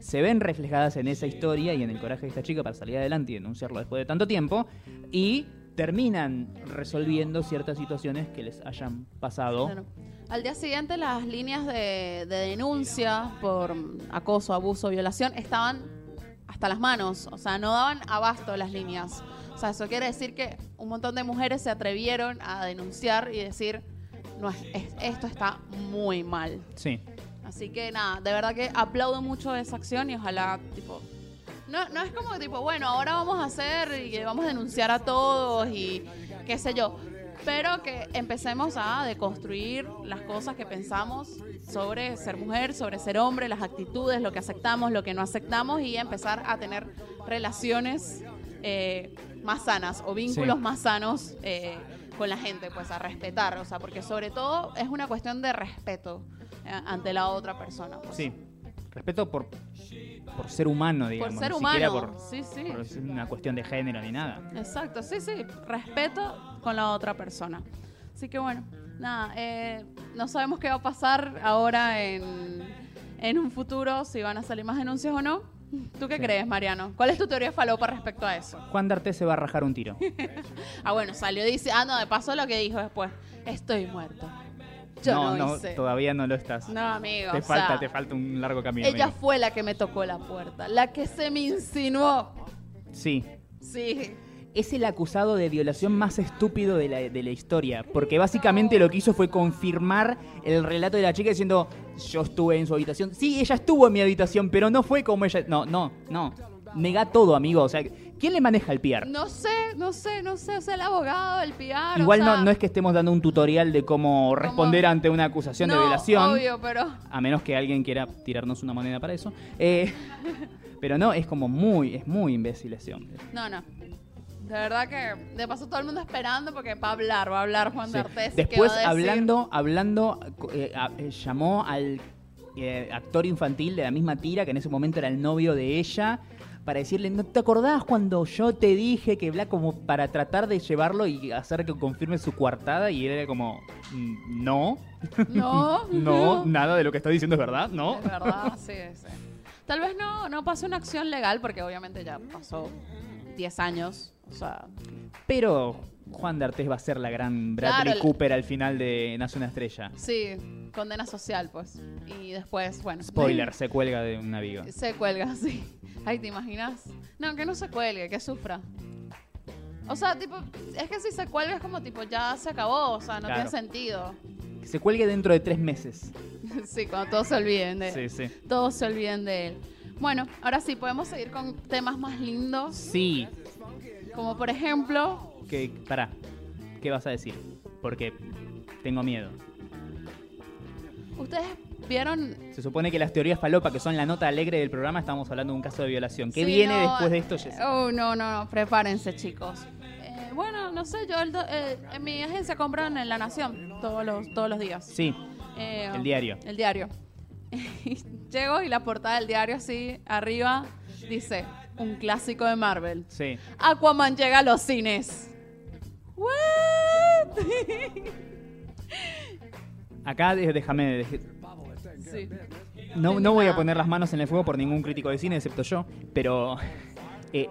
S1: se ven reflejadas en esa historia y en el coraje de esta chica para salir adelante y denunciarlo después de tanto tiempo y terminan resolviendo ciertas situaciones que les hayan pasado.
S2: Claro. Al día siguiente las líneas de, de denuncia por acoso, abuso, violación estaban hasta las manos, o sea, no daban abasto las líneas. O sea, eso quiere decir que un montón de mujeres se atrevieron a denunciar y decir, no, es- es- esto está muy mal.
S1: Sí.
S2: Así que nada, de verdad que aplaudo mucho esa acción y ojalá, tipo. No, no es como tipo, bueno, ahora vamos a hacer y vamos a denunciar a todos y qué sé yo. Pero que empecemos a deconstruir las cosas que pensamos sobre ser mujer, sobre ser hombre, las actitudes, lo que aceptamos, lo que no aceptamos y empezar a tener relaciones eh, más sanas o vínculos
S1: Sí.
S2: más sanos eh, con la gente, pues a respetar, o sea, porque sobre todo es una cuestión de respeto eh, ante la otra persona. pues.
S1: Sí. Respeto por, por ser humano, digamos.
S2: Por ser
S1: ni siquiera
S2: humano.
S1: por-
S2: sí, sí.
S1: por ser una cuestión de género ni nada.
S2: Exacto, sí, sí. Respeto con la otra persona. Así que bueno, nada, eh, no sabemos qué va a pasar ahora en, en un futuro, si van a salir más denuncias o no. ¿Tú qué
S1: Sí.
S2: crees, Mariano? ¿Cuál es tu teoría falopa respecto a eso?
S1: Juan D'Arte se va a rajar un tiro.
S2: Ah, bueno, salió dice, ah, no, de paso lo que dijo después, estoy muerto. Yo no, hice.
S1: todavía no lo estás.
S2: No, amigo.
S1: te
S2: o
S1: falta,
S2: sea,
S1: te falta un largo camino.
S2: Ella
S1: amigo.
S2: fue la que me tocó la puerta, la que se me insinuó.
S1: Sí.
S2: Sí.
S1: Es el acusado de violación más estúpido de la, de la historia, porque básicamente lo que hizo fue confirmar el relato de la chica diciendo, yo estuve en su habitación. Sí, ella estuvo en mi habitación, pero no fue como ella... No, no, no. Nega todo, amigo. O sea, ¿quién le maneja el PR?
S2: No sé, no sé, no sé, es el abogado, el PR.
S1: Igual
S2: o sea,
S1: no, no es que estemos dando un tutorial de cómo responder ante una acusación
S2: no,
S1: de violación.
S2: Obvio, pero
S1: A menos que alguien quiera tirarnos una moneda para eso. Eh, pero no, es como muy, es muy imbécil ese hombre.
S2: no, no. De verdad que de paso todo el mundo esperando porque va a hablar, va a hablar Juan
S1: Sí.
S2: D'Artes. que
S1: Después,
S2: va a decir-
S1: hablando, hablando, eh, a- eh, llamó al eh, actor infantil de la misma tira, que en ese momento era el novio de ella, para decirle, ¿no te acordás cuando yo te dije que bla como para tratar de llevarlo y hacer que confirme su coartada? Y él era como, "Mm, no,
S2: No,
S1: no, nada de lo que está diciendo es verdad, no.
S2: Es verdad, sí, sí. Tal vez no, no pase una acción legal porque obviamente ya pasó 10 años. O sea,
S1: Pero Juan D'Artes va a ser la gran Bradley
S2: Claro, la-
S1: Cooper al final de Nace una estrella.
S2: sí, condena social, pues. Y después, bueno.
S1: Spoiler, se cuelga de un navío.
S2: Se cuelga, sí. Ay, ¿te imaginas? No, que no se cuelgue, que sufra. O sea, tipo, es que si se cuelga es como tipo, ya se acabó, o sea, no
S1: Claro.
S2: tiene sentido.
S1: Que se cuelgue dentro de tres meses.
S2: sí, cuando todos se olviden de
S1: Sí, sí.
S2: Todos se olviden de él. Bueno, ahora sí, podemos seguir con temas más lindos,
S1: Sí,
S2: como por ejemplo,
S1: que, pará, ¿qué vas a decir? Porque tengo miedo.
S2: ustedes vieron...
S1: Se supone que las teorías falopa, que son la nota alegre del programa, estamos hablando de un caso de violación. ¿Qué
S2: Sí,
S1: viene
S2: no,
S1: después de esto, Jess?
S2: Oh, no, no, no, prepárense chicos. Eh, bueno, no sé, yo el do- eh, en mi agencia compran en La Nación todos los, todos los días.
S1: Sí,
S2: Eh,
S1: el diario.
S2: El diario. Llego y la portada del diario así arriba dice un clásico de Marvel.
S1: Sí.
S2: Aquaman llega a los cines. What?
S1: Acá de- déjame. deje-
S2: Sí.
S1: No, no voy a poner las manos en el fuego por ningún crítico de cine, excepto yo, pero eh,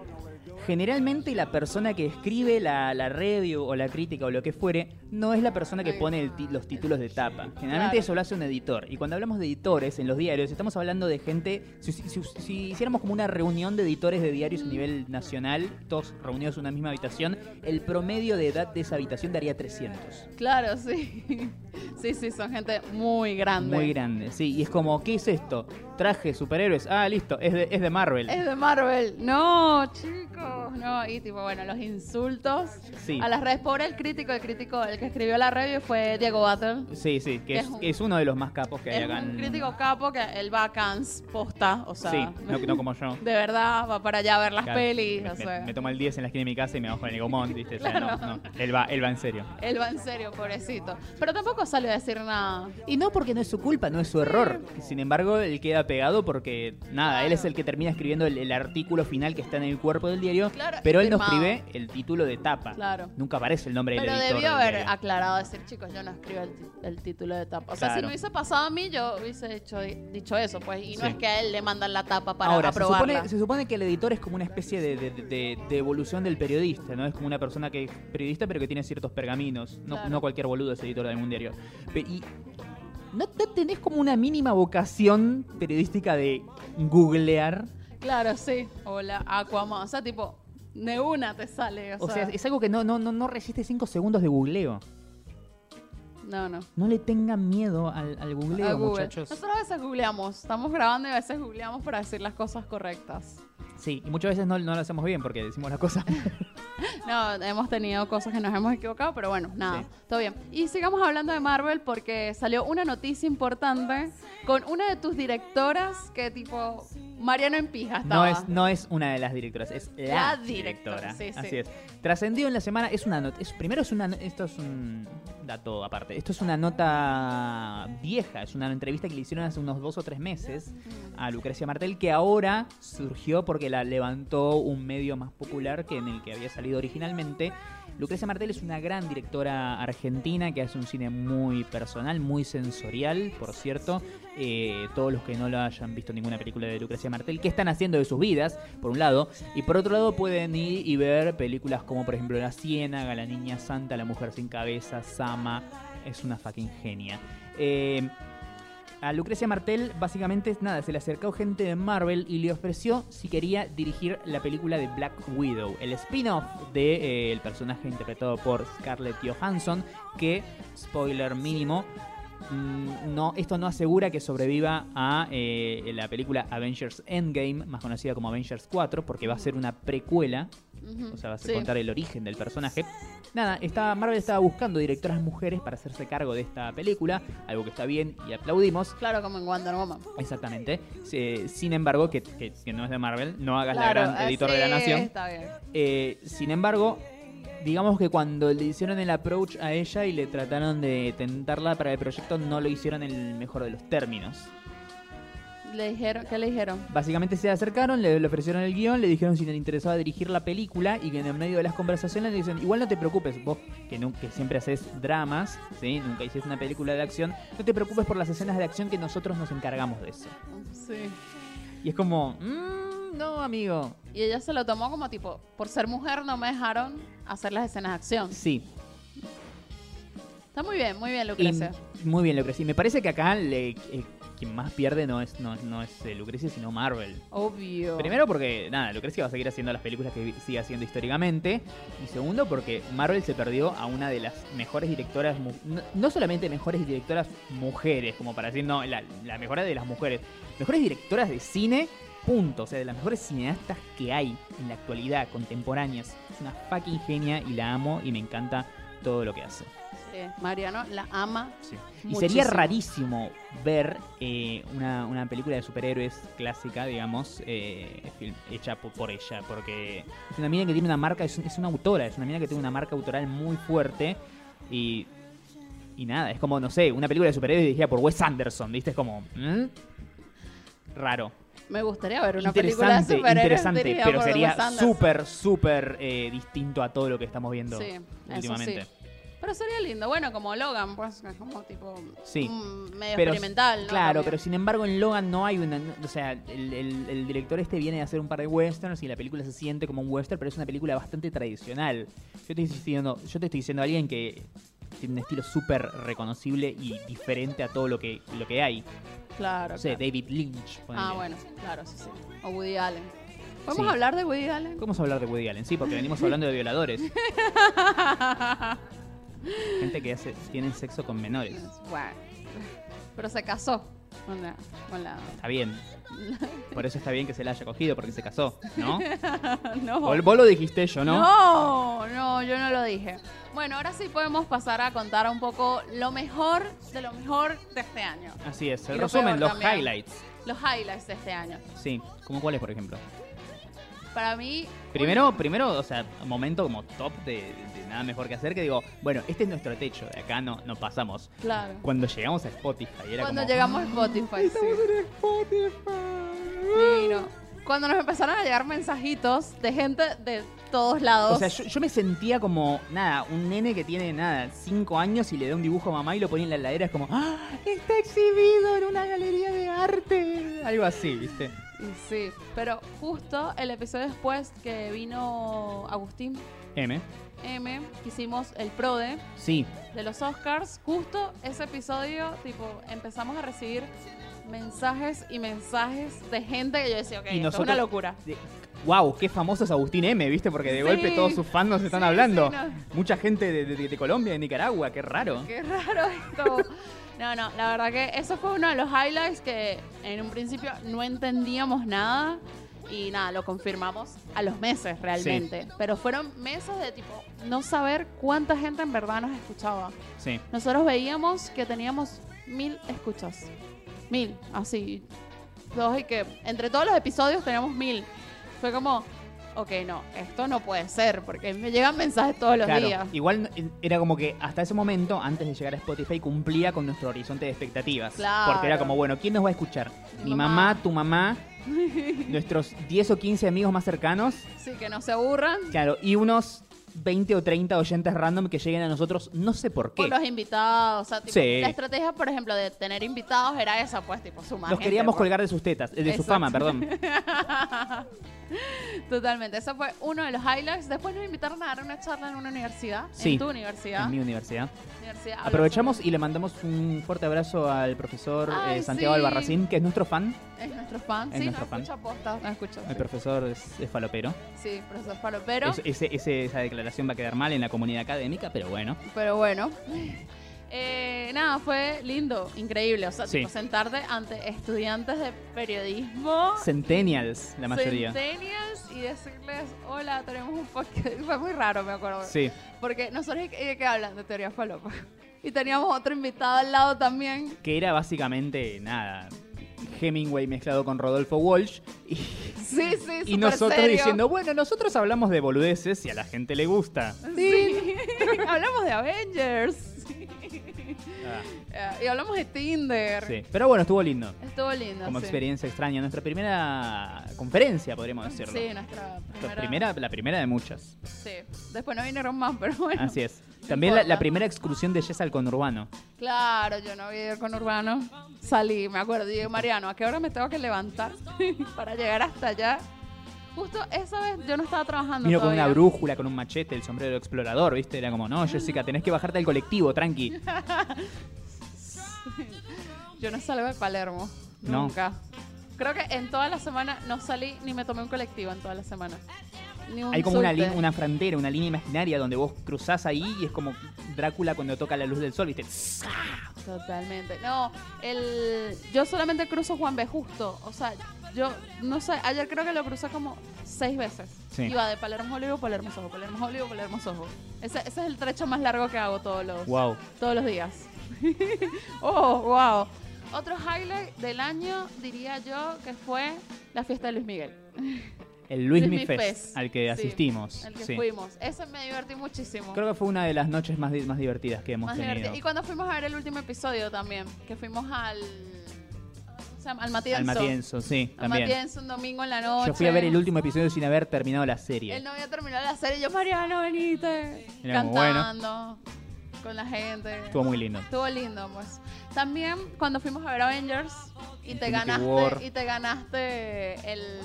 S1: generalmente la persona que escribe la, la review o la crítica o lo que fuere, no es la persona que pone el ti- los títulos de tapa. Generalmente
S2: Claro.
S1: eso lo hace un editor. Y cuando hablamos de editores en los diarios, estamos hablando de gente, si, si- si- si hiciéramos como una reunión de editores de diarios a nivel nacional, todos reunidos en una misma habitación, el promedio de edad de esa habitación daría 300.
S2: Claro, sí. Sí, sí, son gente muy grande.
S1: Muy grande, sí. Y es como, ¿qué es esto? Traje, superhéroes. Ah, listo, es de, es de Marvel.
S2: Es de Marvel. No, chicos. No, y tipo, bueno, los insultos.
S1: Sí.
S2: A las redes, pobre el crítico, el crítico, el que escribió la review fue Diego Battle.
S1: Sí, sí, que
S2: Que
S1: es,
S2: es un-
S1: que es uno de los más capos que hay
S2: Es
S1: acá.
S2: un
S1: en-
S2: crítico capo que él va a Cannes posta, o sea.
S1: sí, no, no como yo.
S2: De verdad, va para allá a ver las
S1: Claro,
S2: pelis,
S1: me,
S2: o
S1: me-
S2: sea.
S1: me toma el 10 en la esquina de mi casa y me bajo en el gomón, ¿viste? O sea,
S2: Claro.
S1: no, no, él va, él va en serio.
S2: Él va en serio, pobrecito. Pero tampoco salió a decir nada.
S1: Y no porque no es su culpa, no es su error. Sin embargo, él queda pegado porque, nada, él es el que termina escribiendo el, el artículo final que está en el cuerpo del diario,
S2: Claro,
S1: pero él nos
S2: firmado.
S1: escribe el título de tapa.
S2: Claro.
S1: Nunca aparece el nombre
S2: Pero
S1: del editor.
S2: debió
S1: del
S2: haber
S1: diario.
S2: aclarado, decir, chicos, yo no escribo el, ti- el título de tapa. O sea, si
S1: Claro.
S2: me hubiese pasado a mí, yo hubiese hecho- dicho eso, pues. Y no
S1: Sí.
S2: es que a él le mandan la tapa para
S1: Ahora, se
S2: aprobarla.
S1: supone, se supone que el editor es como una especie de, de- de- de evolución del periodista, ¿no? Es como una persona que es periodista pero que tiene ciertos pergaminos. No,
S2: Claro.
S1: no cualquier boludo es editor de algún diario. Pe- y no te tenés como una mínima vocación periodística de googlear.
S2: Claro, sí. Hola, Aquaman. O sea, tipo, de una te sale. O,
S1: O sea,
S2: sea,
S1: es algo que no, no, no, no resiste cinco segundos de googleo.
S2: no, no.
S1: No le tengan miedo al, al googleo,
S2: A Google.
S1: muchachos.
S2: Nosotros a veces googleamos. Estamos grabando y a veces googleamos para decir las cosas correctas.
S1: Sí, y muchas veces no, no lo hacemos bien porque decimos las cosas.
S2: No, hemos tenido cosas que nos hemos equivocado, pero bueno, nada,
S1: Sí.
S2: todo bien. Y sigamos hablando de Marvel porque salió una noticia importante con una de tus directoras que tipo Mariano en pija
S1: No
S2: estaba.
S1: es, no es una de las directoras, es la,
S2: La directora,
S1: directora.
S2: sí, sí.
S1: Así es. Trascendió en la semana, es una nota. Es, primero es una. no- Esto es un dato aparte. Esto es una nota vieja, es una entrevista que le hicieron hace unos dos o tres meses a Lucrecia Martel, que ahora surgió porque la levantó un medio más popular que en el que había salido originalmente. Lucrecia Martel es una gran directora argentina que hace un cine muy personal, muy sensorial, por cierto. Eh, todos los que no lo hayan visto ninguna película de Lucrecia Martel, ¿qué están haciendo de sus vidas? Por un lado. Y por otro lado pueden ir y ver películas como por ejemplo La Ciénaga, La Niña Santa, La Mujer Sin Cabeza, Sama. Es una fucking genia. Eh, a Lucrecia Martel, básicamente, nada, se le acercó gente de Marvel y le ofreció si quería dirigir la película de Black Widow, el spin-off del de, eh, el personaje interpretado por Scarlett Johansson, que, spoiler mínimo, mm, no, esto no asegura que sobreviva a eh, la película Avengers Endgame, más conocida como Avengers 4, porque va a ser una precuela
S2: Ujú.
S1: o sea, vas a
S2: Sí.
S1: contar el origen del personaje. Nada, estaba, Marvel estaba buscando directoras mujeres para hacerse cargo de esta película, algo que está bien y aplaudimos.
S2: Claro, como en Wonder Woman.
S1: Exactamente. Eh, sin embargo, que, que- que no es de Marvel, no hagas
S2: Claro,
S1: la gran
S2: eh,
S1: editora de la
S2: sí,
S1: nación.
S2: Está bien.
S1: Eh, sin embargo, digamos que cuando le hicieron el approach a ella y le trataron de tentarla para el proyecto, no lo hicieron en el mejor de los términos.
S2: Le dijeron, ¿qué le dijeron?
S1: Básicamente se acercaron, le, le ofrecieron el guión, le dijeron si le interesaba dirigir la película y que en el medio de las conversaciones le dicen, igual no te preocupes, vos que, nu- que siempre haces dramas, ¿sí? nunca hiciste una película de acción, no te preocupes por las escenas de acción que nosotros nos encargamos de eso.
S2: Sí.
S1: Y es como, "Mm, no amigo,
S2: Y ella se lo tomó como tipo, por ser mujer no me dejaron hacer las escenas de acción.
S1: sí.
S2: Está muy bien, muy bien,
S1: Y-
S2: Lucrecia.
S1: muy bien, Lucrecia. Y me parece que acá le- eh, quien más pierde no es, no, no es eh, Lucrecia, sino Marvel.
S2: Obvio.
S1: Primero porque, nada, Lucrecia va a seguir haciendo las películas que sigue haciendo históricamente. Y segundo porque Marvel se perdió a una de las mejores directoras, mu- no, no solamente mejores directoras mujeres, como para decir, no, la, la mejora de las mujeres. Mejores directoras de cine, punto. O sea, de las mejores cineastas que hay en la actualidad, contemporáneas. Es una fucking genia y la amo y me encanta todo lo que hace.
S2: Sí, Mariano la ama.
S1: Y sería
S2: Muchísimo.
S1: rarísimo ver eh, una, una película de superhéroes clásica, digamos, eh, film- hecha po- por ella, porque es una mina que tiene una marca, es, es una autora, es una mina que tiene una marca autoral muy fuerte y, y nada, es como, no sé, una película de superhéroes dirigida por Wes Anderson, ¿viste? Es como... ¿mm? Raro.
S2: Me gustaría ver una película de
S1: interesante,
S2: superhéroes
S1: interesante,
S2: dirigida
S1: pero
S2: por
S1: sería
S2: Wes Anderson.
S1: súper, súper eh, distinto a todo lo que estamos viendo
S2: Sí, eso
S1: últimamente.
S2: sí. Pero sería lindo, bueno, como Logan, pues es como tipo
S1: Sí.
S2: mm, medio
S1: Pero,
S2: experimental, ¿no?
S1: Claro,
S2: También.
S1: pero sin embargo en Logan no hay una... no- O sea, el, el- el director este viene a hacer un par de westerns y la película se siente como un western, pero es una película bastante tradicional. Yo te estoy diciendo, yo te estoy diciendo a alguien que tiene un estilo súper reconocible y diferente a todo lo que, lo que hay.
S2: Claro.
S1: No sé,
S2: claro.
S1: David Lynch. ponele.
S2: Ah, bueno, claro, sí, sí. O Woody Allen. ¿Podemos
S1: Sí.
S2: hablar de Woody Allen?
S1: ¿Cómo vamos a hablar de Woody Allen? Sí, porque venimos hablando de violadores. Gente que hace, tienen sexo con menores.
S2: bueno. Pero se casó con la, con la-
S1: Está bien. Por eso está bien que se la haya cogido, porque se casó, ¿no?
S2: No.
S1: Vos vos lo dijiste, yo no.
S2: No, no, yo no lo dije. Bueno, ahora sí podemos pasar a contar un poco lo mejor de lo mejor de este año.
S1: Así es,
S2: Y
S1: el
S2: lo
S1: resumen,
S2: peor
S1: los
S2: también.
S1: highlights.
S2: Los highlights de este año.
S1: Sí, ¿como cuáles, por ejemplo?
S2: Para mí.
S1: Primero, primero, o sea, momento como top de, de nada mejor que hacer, que digo, bueno, este es nuestro techo, de acá no, no pasamos.
S2: Claro.
S1: Cuando llegamos a Spotify, era
S2: Cuando
S1: como,
S2: llegamos a Spotify, sí.
S1: "Ah, Spotify.
S2: Divino. cuando nos empezaron a llegar mensajitos de gente de todos lados.
S1: O sea, yo, yo me sentía como, nada, un nene que tiene, nada, cinco años y le da un dibujo a mamá y lo pone en la heladera. Es como, ¡ah! Está exhibido en una galería de arte. Algo así, ¿viste?
S2: Y Sí, pero justo el episodio después que vino Agustín
S1: M.
S2: M, hicimos el PRODE
S1: Sí.
S2: de los Oscars, justo ese episodio, tipo, empezamos a recibir mensajes y mensajes de gente que yo decía, ok,
S1: Y
S2: esto es
S1: nosotros-
S2: una locura.
S1: Wow, qué famoso es Agustín M, ¿viste? Porque de
S2: Sí.
S1: golpe todos sus fans nos están
S2: Sí,
S1: hablando.
S2: sí, no.
S1: Mucha gente de, de- de Colombia, de Nicaragua, qué raro.
S2: Qué raro esto. No, no, la verdad que eso fue uno de los highlights que en un principio no entendíamos nada y nada, lo confirmamos a los meses realmente. Pero fueron meses de tipo no saber cuánta gente en verdad nos escuchaba.
S1: Sí.
S2: Nosotros veíamos que teníamos mil escuchas. Mil, así. Dos y que entre todos los episodios teníamos mil. Fue como, ok, no, esto no puede ser porque me llegan mensajes todos los
S1: claro.
S2: días.
S1: Igual eh, era como que hasta ese momento, antes de llegar a Spotify, cumplía con nuestro horizonte de expectativas.
S2: Claro.
S1: Porque era como, bueno, ¿quién nos va a escuchar?
S2: Mi
S1: Mi
S2: mamá.
S1: mamá, tu mamá, nuestros 10 o 15 amigos más cercanos.
S2: Sí, que no se aburran.
S1: Claro, y unos 20 o 30 oyentes random que lleguen a nosotros, no sé por qué.
S2: Por los invitados, o sea, tipo,
S1: Sí.
S2: la estrategia, por ejemplo, de tener invitados era esa, pues, tipo, sumar
S1: Los
S2: gente,
S1: queríamos
S2: pues.
S1: colgar de sus tetas, eh, de su
S2: Exacto.
S1: fama, perdón.
S2: Totalmente, eso fue uno de los highlights. Después nos invitaron a dar una charla en una universidad,
S1: Sí.
S2: en tu universidad.
S1: En mi universidad.
S2: Universidad Habla
S1: Aprovechamos y le mandamos un fuerte abrazo al profesor
S2: Ay,
S1: eh, Santiago
S2: sí.
S1: Albarracín, que es nuestro fan.
S2: Sobre- Es nuestro fan,
S1: Es
S2: sí,
S1: nuestro
S2: no
S1: fan.
S2: escucha posta, no escucha.
S1: El profesor es, es falopero.
S2: Sí, profesor Palo, pero,
S1: Es- ese- ese- esa declaración va a quedar mal en la comunidad académica, pero bueno.
S2: pero bueno. Eh, nada, fue lindo, increíble. O sea,
S1: Sí.
S2: tipo, sentarte ante estudiantes de periodismo.
S1: Centennials, la mayoría.
S2: Centennials y decirles, hola, tenemos un podcast. Fue muy raro, me acuerdo.
S1: Sí.
S2: Porque nosotros, ¿y ¿de qué hablan? De teoría falopa. Y teníamos otro invitado al lado también.
S1: Que era básicamente, nada, Hemingway mezclado con Rodolfo Walsh. Y,
S2: Sí, sí,
S1: y
S2: súper
S1: nosotros
S2: serio.
S1: diciendo, bueno, nosotros hablamos de boludeces y a la gente le gusta.
S2: Sí. hablamos de Avengers. Sí.
S1: Ah,
S2: Eh, Y hablamos de Tinder.
S1: sí. Pero bueno, estuvo lindo.
S2: Estuvo lindo.
S1: Como
S2: sí.
S1: experiencia extraña. Nuestra primera conferencia, podríamos decirlo.
S2: Sí, nuestra
S1: La
S2: primera.
S1: primera, la primera de muchas.
S2: Sí. Después no vinieron más, pero bueno.
S1: Así es.
S2: no
S1: También la,
S2: importa.
S1: la primera excursión de Jess al conurbano.
S2: Claro, yo no vi con Urbano. Salí, me acuerdo, y dije, Mariano, ¿a qué hora me tengo que levantar para llegar hasta allá? Justo esa vez yo no estaba trabajando.
S1: Vino con
S2: todavía.
S1: una brújula, con un machete, el sombrero explorador, ¿viste? Era como, no, Jessica, tenés que bajarte al colectivo, tranqui.
S2: Yo no salgo de Palermo.
S1: No.
S2: Nunca. Creo que en toda la semana no salí ni me tomé un colectivo en toda la semana. Ni un
S1: Hay como una,
S2: subte.
S1: lin- una frontera, una línea imaginaria donde vos cruzás ahí y es como Drácula cuando toca la luz del sol, ¿viste?
S2: Totalmente. No, el, yo solamente cruzo Juan B. Justo. O sea, yo no sé, ayer creo que lo crucé como seis veces.
S1: Sí.
S2: Iba de Palermo Olivo, Palermo Sojo, Palermo Olivo, Palermo Sojo. Ese, ese es el trecho más largo que hago todos los,
S1: Wow.
S2: todos los días. oh, wow. Otro highlight del año, diría yo, que fue la fiesta de Luis Miguel.
S1: El Luis,
S2: Luis
S1: Mi
S2: Mi
S1: Fest,
S2: Fest.
S1: al que
S2: Sí,
S1: asistimos.
S2: El que
S1: sí.
S2: fuimos. Eso me divertí muchísimo.
S1: Creo que fue una de las noches más, di- más divertidas que hemos
S2: Más
S1: tenido.
S2: divertido. Y cuando fuimos a ver el último episodio también, que fuimos al. ¿cómo se llama? Al Matienzo.
S1: Al Matienzo, sí,
S2: Al
S1: también.
S2: Matienzo, un domingo en la noche.
S1: Yo fui a ver el último episodio sin haber terminado la serie.
S2: Él no había terminado la serie. Yo, Mariano, venite.
S1: Era como,
S2: cantando con la gente.
S1: Estuvo muy lindo.
S2: Estuvo lindo, pues. También cuando fuimos a ver Avengers y te
S1: Infinity
S2: ganaste,
S1: War.
S2: y te ganaste el,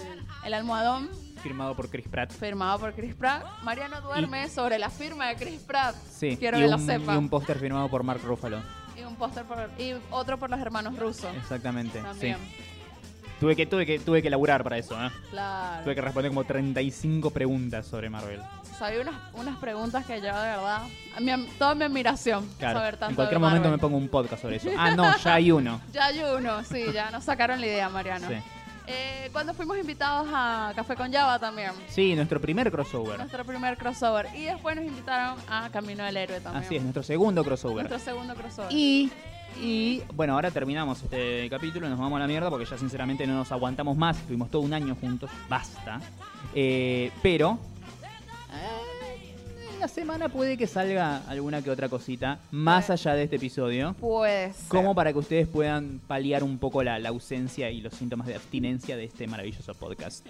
S2: el almohadón
S1: Firmado por Chris Pratt.
S2: firmado por Chris Pratt. Mariano duerme sobre la firma de Chris Pratt.
S1: Sí,
S2: Quiero
S1: y,
S2: que lo
S1: un,
S2: sepa.
S1: y un póster firmado por Mark Ruffalo.
S2: Y un póster por- y otro por los hermanos rusos.
S1: Exactamente, Este, sí.
S2: También.
S1: Tuve que, tuve, que, tuve que laburar para eso, ¿eh?
S2: Claro.
S1: Tuve que responder como 35 preguntas sobre Marvel.
S2: Sabía unas, unas preguntas que yo, de verdad. a mi am- toda mi admiración.
S1: Claro.
S2: Saber tanto
S1: en cualquier
S2: de Marvel.
S1: momento me pongo un podcast sobre eso. Ah, no, ya hay uno.
S2: Ya hay uno, sí, ya nos sacaron la idea, Mariano.
S1: Sí.
S2: Eh, cuando fuimos invitados a Café con Java también.
S1: Sí, nuestro primer crossover.
S2: Nuestro primer crossover. Y después nos invitaron a Camino del Héroe también.
S1: Así es, nuestro segundo crossover.
S2: Nuestro segundo crossover.
S1: Y, y, bueno, ahora terminamos este capítulo, nos vamos a la mierda porque ya sinceramente no nos aguantamos más. Estuvimos todo un año juntos, basta. Eh, pero en la semana puede que salga alguna que otra cosita
S2: Eh.
S1: más allá de este episodio.
S2: Pues.
S1: Como para que ustedes puedan paliar un poco la, la ausencia y los síntomas de abstinencia de este maravilloso podcast.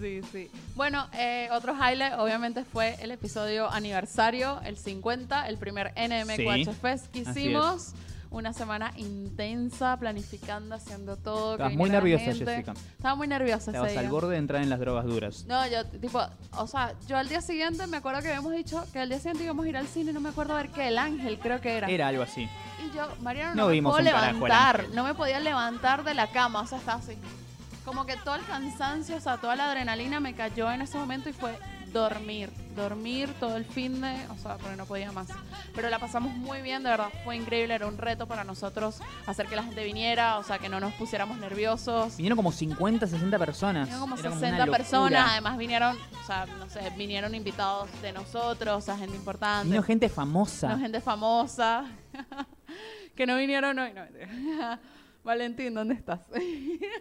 S2: Sí, sí. Bueno, eh, otro highlight obviamente fue el episodio aniversario, el 50, el primer NMQH
S1: Sí,
S2: Fest que
S1: así
S2: hicimos. Una semana intensa, planificando, haciendo todo. que
S1: Estabas muy
S2: viniera la
S1: nerviosa,
S2: gente.
S1: Jessica.
S2: Estaba muy nerviosa ese
S1: Estabas
S2: día.
S1: al borde de entrar en las drogas duras.
S2: No, yo, tipo, o sea, yo al día siguiente me acuerdo que habíamos dicho que al día siguiente íbamos a ir al cine, no me acuerdo a ver qué, El Ángel creo que era.
S1: Era algo así.
S2: Y yo, Mariano,
S1: No
S2: no, me
S1: vimos
S2: puedo
S1: un carajo, el
S2: levantar,
S1: ángel.
S2: no me podía levantar de la cama, o sea, estaba así. Como que todo el cansancio, o sea, toda la adrenalina me cayó en ese momento y fue dormir, dormir todo el fin de, o sea, porque no podía más. Pero la pasamos muy bien, de verdad, fue increíble, era un reto para nosotros hacer que la gente viniera, o sea, que no nos pusiéramos nerviosos.
S1: Vinieron como 50, 60 personas.
S2: Vinieron como
S1: Era una
S2: 60
S1: locura.
S2: personas, además vinieron, o sea, no sé, vinieron invitados de nosotros, o sea, gente importante.
S1: Vino gente famosa.
S2: No, gente famosa. que no vinieron hoy. No, mentira. Valentín, ¿dónde estás?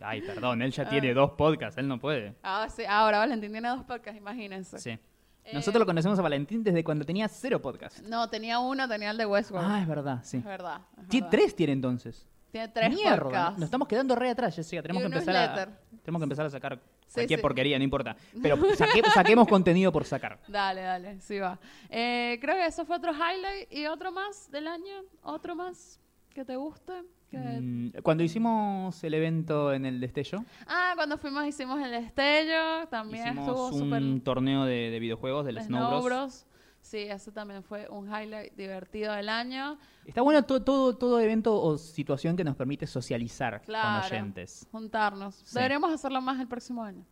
S1: Ay, perdón, él ya tiene dos podcasts, él no puede.
S2: ah, sí, ahora Valentín tiene dos podcasts, imagínense.
S1: Sí.
S2: Eh,
S1: Nosotros lo conocemos a Valentín desde cuando tenía cero podcasts.
S2: No, tenía uno, tenía el de Westworld.
S1: Ah, es verdad, sí.
S2: Es verdad. es
S1: Tie-
S2: verdad.
S1: Tres tiene entonces.
S2: Tiene tres
S1: Mierda,
S2: podcasts.
S1: nos estamos quedando re atrás, Jessica. Tenemos
S2: Y
S1: que
S2: un
S1: empezar a,
S2: newsletter.
S1: tenemos que empezar a sacar
S2: Sí,
S1: cualquier
S2: sí.
S1: porquería, no importa. Pero saque- saquemos contenido por sacar.
S2: Dale, dale, sí va. Eh, creo que eso fue otro highlight y otro más del año, otro más que te guste. que-
S1: Mm, Cuando hicimos el evento en el destello,
S2: Ah, cuando fuimos hicimos el estello, también estuvo
S1: hicimos un
S2: súper...
S1: torneo de, de videojuegos de las
S2: Los
S1: Snow Bros.
S2: Snow Bros. Sí, eso también fue un highlight divertido del año.
S1: Está bueno to- todo, todo evento o situación que nos permite socializar
S2: Claro.
S1: con oyentes.
S2: Juntarnos. Deberíamos hacerlo más el próximo año.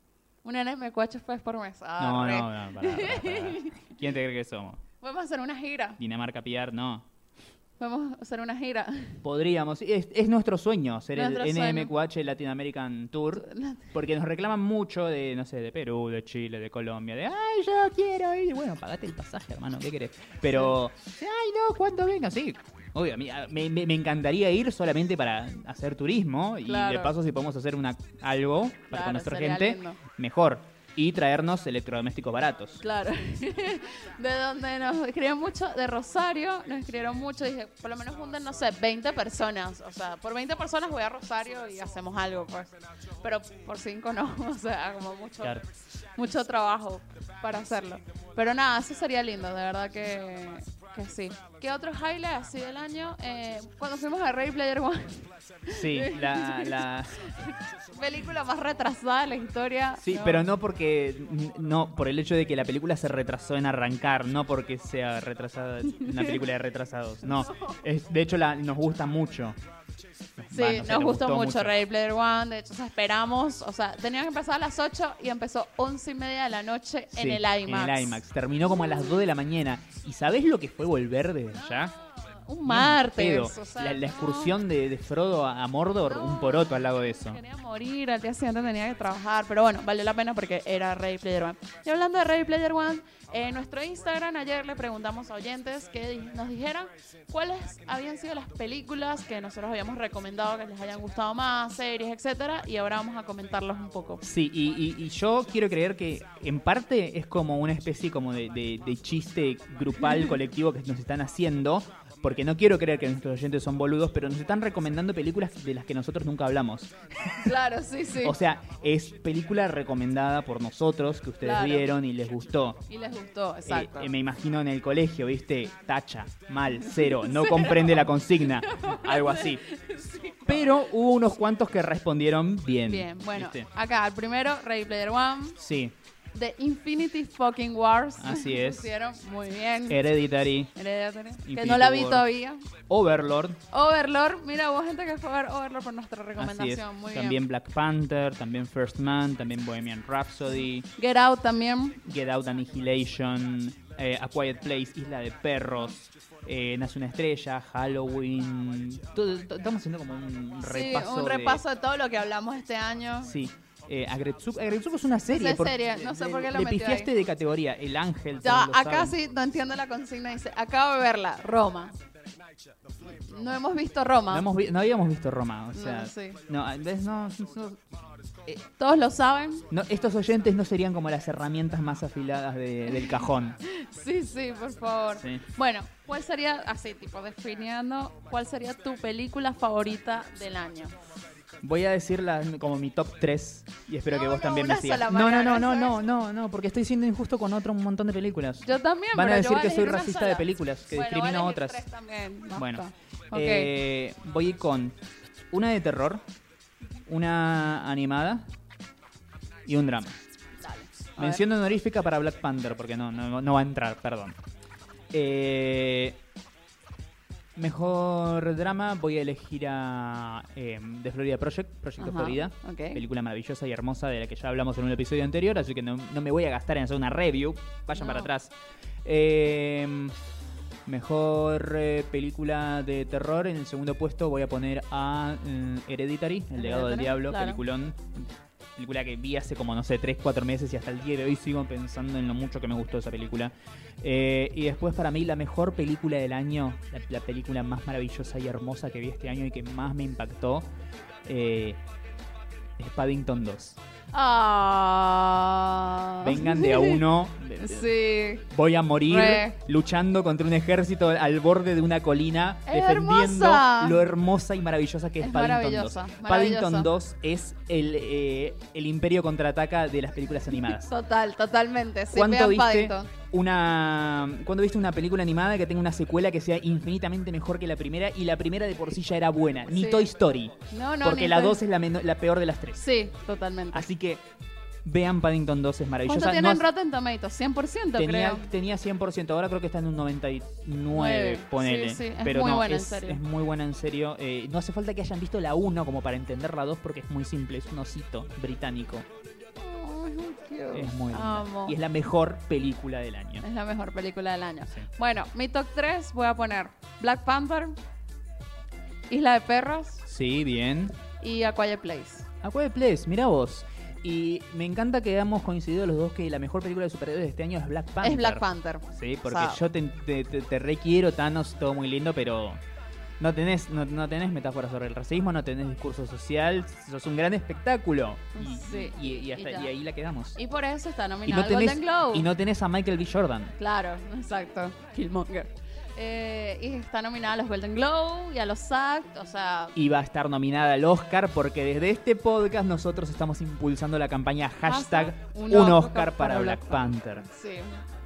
S2: Un NMQH fue pues, por mes.
S1: No,
S2: Arre.
S1: no, no, pará, pará, pará. ¿Quién te cree que somos?
S2: Podemos hacer una gira.
S1: Dinamarca PR, no.
S2: Podemos hacer una gira.
S1: Podríamos, es, es nuestro sueño hacer el
S2: Nuestro sueño.
S1: NMQH Latin American Tour, porque nos reclaman mucho de, no sé, de Perú, de Chile, de Colombia, de, ay, yo quiero ir. Bueno, pagate el pasaje, hermano, ¿qué querés? Pero, ay, no, cuando venga, sí. Obvio, a mí- a- me, me- me encantaría ir solamente para hacer turismo y de
S2: Claro.
S1: paso si podemos hacer una, algo para
S2: Claro,
S1: conocer
S2: sería
S1: gente,
S2: lindo.
S1: mejor. Y traernos electrodomésticos baratos.
S2: Claro. de donde nos escribieron mucho, de Rosario, nos escribieron mucho. Dije, por lo menos junten, no sé, 20 personas. O sea, por 20 personas voy a Rosario y hacemos algo, pues. Pero por 5 no. O sea, como mucho.
S1: Claro.
S2: mucho trabajo para hacerlo. Pero nada, eso sería lindo, de verdad que, que sí. ¿Qué otro highlight así del año? Eh, cuando fuimos a Ray Player One,
S1: Sí, la- la,
S2: película más retrasada de la historia.
S1: Sí, pero no porque no por el hecho de que la película se retrasó en arrancar, no porque sea retrasada una película de retrasados. No, es, de hecho la, nos gusta mucho.
S2: Sí,
S1: Va, no sé,
S2: nos
S1: nos
S2: gustó,
S1: gustó
S2: mucho,
S1: mucho.
S2: Ready Player One, de hecho, o sea, esperamos, o sea, teníamos que empezar a las 8 y empezó 11 y media de la noche
S1: Sí,
S2: en el IMAX.
S1: En el IMAX. Terminó como a las 2 de la mañana. ¿Y sabés lo que fue volver desde allá?
S2: Un
S1: Ni
S2: martes.
S1: pedo.
S2: o sea,
S1: la, la
S2: no.
S1: excursión de, de Frodo a a Mordor,
S2: No,
S1: un poroto al lado de eso.
S2: Quería morir, al día siguiente tenía que trabajar, pero bueno, valió la pena porque era Ready Player One. Y hablando de Ready Player One, en nuestro Instagram ayer le preguntamos a oyentes que di- nos dijeran cuáles habían sido las películas que nosotros habíamos recomendado que les hayan gustado más, series, etcétera, y ahora vamos a comentarlos un poco.
S1: Sí, y, y- y yo quiero creer que en parte es como una especie como de, de- de chiste grupal, colectivo que nos están haciendo, porque no quiero creer que nuestros oyentes son boludos, pero nos están recomendando películas de las que nosotros nunca hablamos.
S2: Claro, sí, sí.
S1: O sea, es película recomendada por nosotros, que ustedes
S2: Claro.
S1: vieron y les gustó.
S2: y les gustó, exacto.
S1: Eh, eh, me imagino en el colegio, ¿viste? Tacha, mal, cero, no comprende la consigna, algo así. Pero hubo unos cuantos que respondieron bien.
S2: Bien, bueno,
S1: ¿viste?
S2: acá el primero, Ready Player One,
S1: Sí,
S2: The Infinity Fucking Wars.
S1: Así es.
S2: Pusieron muy bien.
S1: Hereditary.
S2: Hereditary, que
S1: Infinity
S2: no la vi
S1: War.
S2: todavía.
S1: Overlord.
S2: Overlord, mira vos gente que fue a ver Overlord por nuestra
S1: Así es.
S2: recomendación, muy
S1: También
S2: bien.
S1: Black Panther, también First Man, también Bohemian Rhapsody,
S2: Get Out también,
S1: Get Out Annihilation, eh, A Quiet Place, Isla de Perros, eh, Nace una Estrella, Halloween. Todo- to- estamos haciendo como un
S2: Sí,
S1: repaso.
S2: un
S1: de-
S2: repaso de... todo lo que hablamos este año.
S1: sí. Eh, Agretsuko, Agretsuko es una serie.
S2: Es serie, no sé
S1: le-
S2: por qué lo
S1: Le
S2: metí
S1: pifiaste
S2: ahí.
S1: de categoría. El Ángel.
S2: Ya,
S1: todos lo
S2: acá
S1: saben.
S2: sí no entiendo la consigna, dice, acabo de verla, Roma. No hemos visto Roma.
S1: No, hemos vi- no habíamos visto Roma. O sea,
S2: sí.
S1: no, a veces no- no- eh,
S2: Todos lo saben.
S1: no- estos oyentes no serían como las herramientas más afiladas de- del cajón.
S2: Sí, sí, por favor.
S1: Sí.
S2: Bueno, ¿cuál sería, así tipo, definiendo, cuál sería tu película favorita del año?
S1: Voy a decir las- como mi top 3 y espero
S2: No,
S1: que vos
S2: no,
S1: también
S2: una
S1: me sigas.
S2: sola,
S1: no, no,
S2: Mariana,
S1: no, no,
S2: ¿sabes?
S1: no, no, no, porque estoy siendo injusto con otro un montón de películas.
S2: Yo también,
S1: Van a
S2: pero
S1: decir
S2: yo voy
S1: que soy
S2: elegir una
S1: racista de
S2: sola.
S1: películas, que
S2: Bueno, voy
S1: discrimina a
S2: elegir
S1: otras.
S2: tres también, basta.
S1: Bueno,
S2: Ok.
S1: eh, voy a ir con una de terror, una animada y un drama.
S2: Dale. A ver.
S1: Mención honorífica para Black Panther, porque no, no, no va a entrar, perdón. Eh, mejor drama, voy a elegir a eh, The Florida Project, Proyecto
S2: Ajá,
S1: Florida.
S2: ok.
S1: Película maravillosa y hermosa de la que ya hablamos en un episodio anterior, así que no, no me voy a gastar en hacer una review. Vayan
S2: No.
S1: para atrás. Eh, mejor eh, película de terror, en el segundo puesto voy a poner a eh, Hereditary, El legado del
S2: Hereditary,
S1: diablo,
S2: claro.
S1: peliculón. Película que vi hace como, no sé, 3, 4 meses y hasta el día de hoy sigo pensando en lo mucho que me gustó esa película. Eh, y después para mí la mejor película del año, la, la película más maravillosa y hermosa que vi este año y que más me impactó, eh, es Paddington 2.
S2: Ah.
S1: Vengan de a uno.
S2: Sí.
S1: Voy a morir
S2: Re.
S1: luchando contra un ejército al borde de una colina,
S2: Es
S1: defendiendo
S2: hermosa.
S1: lo hermosa y maravillosa que es,
S2: Es
S1: Paddington
S2: maravillosa,
S1: 2.
S2: maravillosa.
S1: Paddington 2 es el, eh, el imperio contraataca de las películas animadas.
S2: Total, totalmente. Sí,
S1: ¿Cuánto
S2: vean
S1: viste
S2: Paddington.
S1: una ¿Cuándo viste una película animada que tenga una secuela que sea infinitamente mejor que la primera y la primera de por sí ya era buena? Ni
S2: Sí.
S1: Toy Story,
S2: No, no,
S1: porque
S2: ni
S1: la
S2: estoy-
S1: 2 es la, meno- la peor de las tres.
S2: Sí, totalmente.
S1: Así que vean Paddington 2 es maravillosa.
S2: ¿Cuánto
S1: No
S2: tienen
S1: has-
S2: Rotten Tomatoes? 100%
S1: Tenía,
S2: creo.
S1: tenía 100%, ahora creo que está en un 99,
S2: Nueve.
S1: ponele.
S2: Sí, sí, es
S1: pero
S2: muy
S1: no,
S2: buena, en
S1: es,
S2: serio.
S1: es muy buena en serio. Eh, no hace falta que hayan visto la 1 como para entender la 2 porque es muy simple, es un osito británico.
S2: Ay, muy cute.
S1: Es muy linda.
S2: Amo.
S1: Y es la mejor película del año.
S2: Es la mejor película del año.
S1: Sí.
S2: Bueno, mi top 3 voy a poner Black Panther, Isla de Perros
S1: Sí, bien.
S2: y A Quiet Place.
S1: A Quiet Place, mira vos. Y me encanta que hayamos coincidido los dos que la mejor película de superhéroes de este año es Black Panther.
S2: Es Black Panther.
S1: Sí, porque
S2: O sea,
S1: yo te, te, te- te requiero, Thanos, todo muy lindo, pero no tenés, no, no tenés metáforas sobre el racismo, no tenés discurso social, sos un gran espectáculo. Y,
S2: Sí,
S1: y, y hasta-
S2: y ya.
S1: y ahí la quedamos.
S2: Y por eso está
S1: Y
S2: nominada
S1: no,
S2: al
S1: tenés,
S2: Golden Globe.
S1: y no tenés a Michael B. Jordan.
S2: Claro, exacto. Killmonger. Eh, y está nominada a los Golden Globe y a los SAG. O sea,
S1: Y va a estar nominada al Oscar porque desde este podcast nosotros estamos impulsando la campaña hashtag un,
S2: un Oscar
S1: Oscar para
S2: para
S1: Black
S2: Black
S1: Panther.
S2: sí.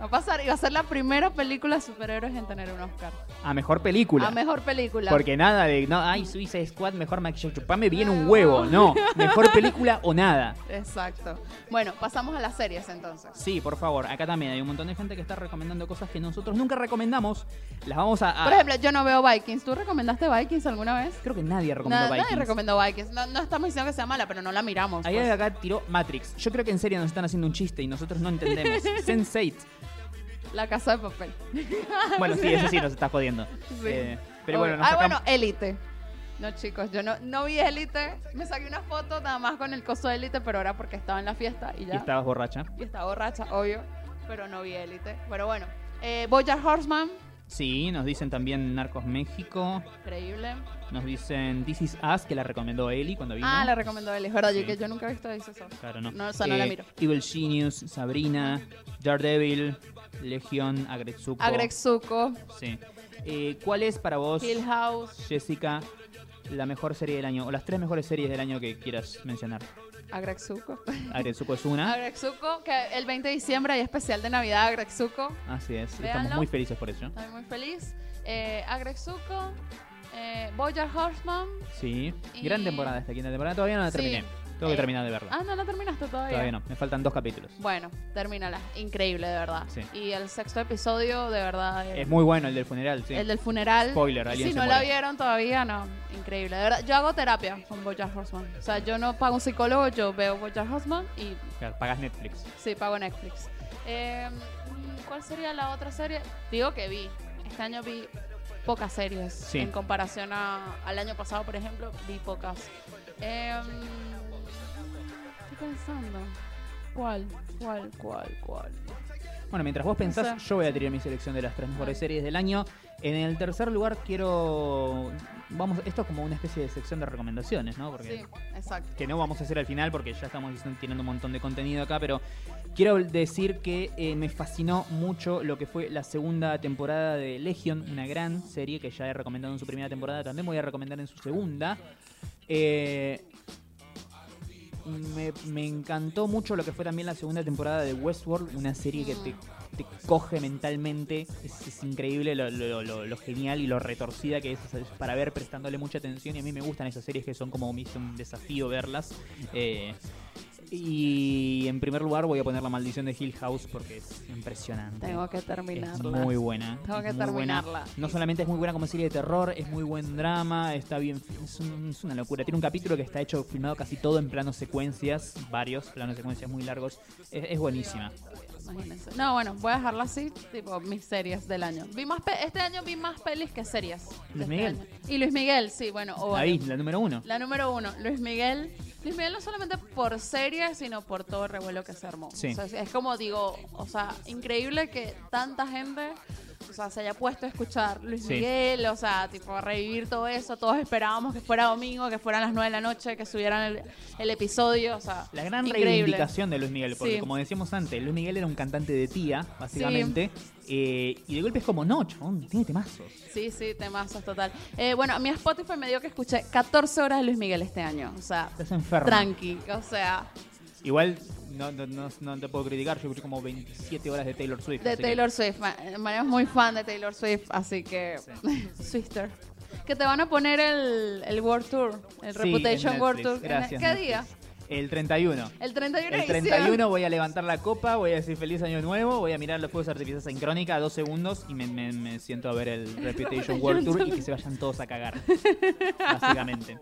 S2: Va a pasar y va a ser la primera película de superhéroes en tener un Oscar.
S1: A mejor película.
S2: A mejor Mm. película.
S1: Porque nada de, no, ay, Suicide Squad, mejor maquillaje, chupame bien un huevo. No, mejor película o nada.
S2: Exacto. Bueno, pasamos a las series entonces.
S1: Sí, por favor, acá también hay un montón de gente que está recomendando cosas que nosotros nunca recomendamos. Las vamos a. a-
S2: Por ejemplo, yo no veo Vikings. ¿Tú recomendaste Vikings alguna vez?
S1: creo que nadie recomendó
S2: Nada, nadie
S1: Vikings.
S2: recomendó Vikings. No, no estamos diciendo que sea mala, pero no la miramos.
S1: Ahí
S2: pues.
S1: de acá tiró Matrix. Yo creo que en serio nos están haciendo un chiste y nosotros no entendemos. Sense8.
S2: La casa de papel.
S1: Bueno, sí, eso sí nos está jodiendo.
S2: Ah, Sí.
S1: Eh, pero bueno,
S2: Obvio.
S1: nos
S2: Ah,
S1: sacamos-
S2: bueno, Élite. No, chicos, yo no, no vi Élite. Me saqué una foto nada más con el coso de Élite, pero era porque estaba en la fiesta y ya.
S1: Y estabas borracha.
S2: Y estaba borracha, obvio. Pero no vi Élite. Pero bueno, eh, Bojack Horseman.
S1: Sí, nos dicen también Narcos México.
S2: Increíble.
S1: Nos dicen This Is Us, que la recomendó Eli cuando vino.
S2: Ah, la recomendó Élite. Es verdad,
S1: Sí.
S2: yo, que yo nunca he visto eso.
S1: Claro, no. Eh,
S2: No, esa no la miro.
S1: Evil Genius, Sabrina, Daredevil, Legion, Agretsuko.
S2: Agreg Zuko,
S1: Sí. Eh, ¿Cuál es para vos,
S2: Hill House.
S1: Jessica, la mejor serie del año? O las tres mejores series del año que quieras mencionar.
S2: Agreg Zuko.
S1: Agretsuko es una.
S2: Agreg Zuko, que el 20 de diciembre hay especial de Navidad Agreg Zuko.
S1: Así es. Estamos
S2: Véanlo.
S1: muy felices por eso.
S2: Estoy muy feliz. Eh, Agreg Zuko, eh, Bojack Horseman.
S1: Sí.
S2: Y-
S1: Gran temporada esta quinta temporada. Todavía no la
S2: Sí.
S1: terminé. Tengo que
S2: Eh,
S1: terminar de verla.
S2: Ah, no la terminaste todavía.
S1: Todavía no. Me faltan dos capítulos.
S2: Bueno, termínala. Increíble, de verdad.
S1: Sí.
S2: Y el sexto episodio, de verdad. eh,
S1: Es muy bueno el del funeral, sí.
S2: El del funeral.
S1: Spoiler, alguien
S2: Si
S1: se
S2: no la
S1: muere.
S2: vieron todavía, no. Increíble. De verdad, yo hago terapia con Bojack Horseman. O sea, yo no pago un psicólogo, yo veo Bojack Horseman y
S1: Claro, Pagás Netflix.
S2: sí, pago Netflix. Eh, mm, ¿Cuál sería la otra serie? Digo que vi. Este año vi pocas series.
S1: Sí.
S2: En comparación a- al año pasado, por ejemplo, vi pocas. Eh, estoy pensando. ¿Cuál? ¿Cuál? ¿Cuál? ¿Cuál?
S1: Bueno, mientras vos pensás,
S2: No sé.
S1: yo voy a tirar mi selección de las tres
S2: Ah.
S1: mejores series del año. En el tercer lugar quiero... Vamos, esto es como una especie de sección de recomendaciones, ¿no? Porque
S2: Sí, exacto.
S1: que no vamos a hacer al final porque ya estamos diciendo- tirando un montón de contenido acá, pero quiero decir que eh, me fascinó mucho lo que fue la segunda temporada de Legion, una gran serie que ya he recomendado en su primera temporada, también voy a recomendar en su segunda. Eh, me, me encantó mucho lo que fue también la segunda temporada de Westworld, una serie que te, te coge mentalmente. Es, es increíble lo, lo- lo- lo genial y lo retorcida que es, es para ver prestándole mucha atención. Y a mí me gustan esas series que son como un, un desafío verlas. Eh, y en primer lugar voy a poner La Maldición de Hill House porque es impresionante.
S2: Tengo que terminar.
S1: Es muy buena.
S2: Tengo que
S1: es muy buena.
S2: terminarla.
S1: No solamente es muy buena como serie de terror, es muy buen drama, está bien. Es, un- es una locura. Tiene un capítulo que está hecho, filmado casi todo en planos secuencias, varios planos secuencias muy largos. Es, es buenísima.
S2: Imagínense. No, bueno, voy a dejarlo así, tipo mis series del año. Vi más pe- este año vi más pelis que series. de este
S1: Miguel.
S2: año. Y Luis Miguel, sí, bueno. o
S1: Ahí, la número uno.
S2: La número uno, Luis Miguel. Luis Miguel no solamente por serie, sino por todo el revuelo que se armó.
S1: Sí.
S2: O sea, es como digo, o sea, increíble que tanta gente o sea, se haya puesto a escuchar Luis
S1: Sí.
S2: Miguel, o sea, tipo, revivir todo eso. Todos esperábamos que fuera domingo, que fueran las 9 de la noche, que subieran el, el episodio, o sea,
S1: La gran
S2: increíble.
S1: reivindicación de Luis Miguel, porque
S2: Sí.
S1: como decíamos antes, Luis Miguel era un cantante de tía, básicamente. eh, y de golpe es como, no, chabón, tiene temazos.
S2: Sí, sí, temazos total. Eh, bueno, mi Spotify me dio que escuché 14 horas de Luis Miguel este año, o sea,
S1: Estás enfermo.
S2: tranqui, o sea,
S1: Igual no, no, no, no te puedo criticar, yo escuché como 27 horas de Taylor Swift.
S2: De
S1: así que-
S2: Taylor Swift. Ma- María es muy fan de Taylor Swift, así que. Swifter. Que te van a poner el, el World Tour, el
S1: Sí,
S2: Reputation
S1: en
S2: World
S1: Netflix.
S2: Tour. en-
S1: Gracias,
S2: ¿Qué
S1: Netflix.
S2: día?
S1: El 31.
S2: El 31
S1: El
S2: de diciembre.
S1: 31 voy a levantar la copa, voy a decir feliz año nuevo, voy a mirar los fuegos artificiales en crónica dos segundos y me, me- me siento a ver el Reputation World Tour y que se vayan todos a cagar. Básicamente.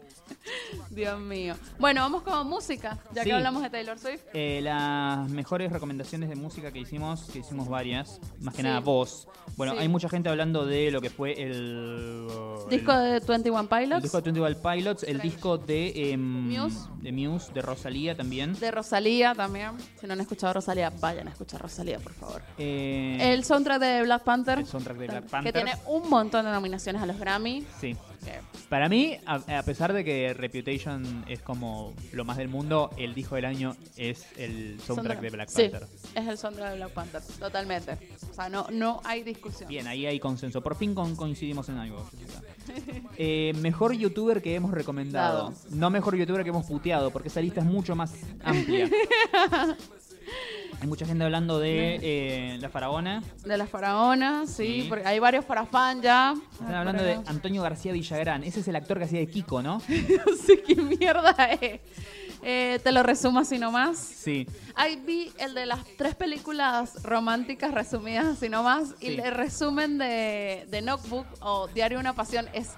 S2: Dios mío. Bueno, vamos con música, ya
S1: Sí.
S2: que hablamos de Taylor Swift.
S1: Eh, las mejores recomendaciones de música que hicimos, que hicimos varias, más que
S2: Sí.
S1: nada vos. Bueno,
S2: Sí.
S1: hay mucha gente hablando de lo que fue el.
S2: Disco
S1: el-
S2: de 21
S1: el
S2: Pilots.
S1: disco de 21 Pilots, el disco de, em,
S2: Muse.
S1: de Muse, de Rosalía también.
S2: De Rosalía también. Si no han escuchado a Rosalía, vayan a escuchar a Rosalía, por favor.
S1: Eh,
S2: El soundtrack de Black Panther.
S1: el soundtrack de Black
S2: Que
S1: Panther.
S2: tiene un montón de nominaciones a los Grammy.
S1: Sí.
S2: que
S1: Para mí, a, a pesar de que Reputation es como lo más del mundo, el disco del año es el soundtrack de Black
S2: Sí,
S1: Panther.
S2: es el soundtrack de Black Panther, totalmente. O sea, no, no hay discusión.
S1: Bien, ahí hay consenso. Por fin con- coincidimos en algo. Jessica. Eh, mejor youtuber que hemos recomendado.
S2: Dado.
S1: No mejor youtuber que hemos puteado, porque esa lista es mucho más amplia. hay mucha gente hablando de eh, La Faraona.
S2: De las faraonas, sí,
S1: Sí.
S2: porque hay varios farafán ya.
S1: Están hablando de Antonio García Villagrán. Ese es el actor que hacía de Kiko, ¿no?
S2: No sé qué mierda es. Eh, te lo resumo así nomás.
S1: Sí.
S2: Ahí vi el de las tres películas románticas resumidas así nomás.
S1: Sí.
S2: Y el resumen de, de Notebook o Diario de una Pasión es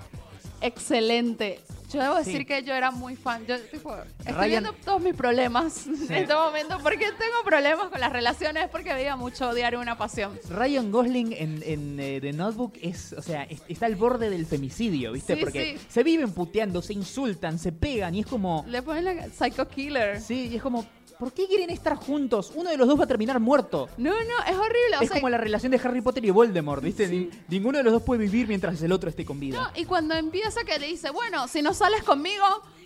S2: excelente. Yo debo decir
S1: Sí.
S2: que yo era muy fan. Yo tipo, estoy
S1: Ryan-
S2: viendo todos mis problemas en este momento porque tengo problemas con las relaciones porque veía mucho Diario de una Pasión.
S1: Ryan Gosling en, en, eh, The Notebook es, o sea, es- está al borde del femicidio, ¿viste?
S2: Sí,
S1: Porque
S2: sí.
S1: se viven puteando, se insultan, se pegan y es como.
S2: Le ponen la Psycho Killer.
S1: Sí, y es como. ¿Por qué quieren estar juntos? Uno de los dos va a terminar muerto.
S2: No, no, es horrible. O
S1: Es
S2: sea,
S1: como la relación de Harry Potter y Voldemort, ¿viste? Ni- Ninguno de los dos puede vivir mientras el otro esté con vida.
S2: no, y cuando empieza que le dice, bueno, si no sales conmigo,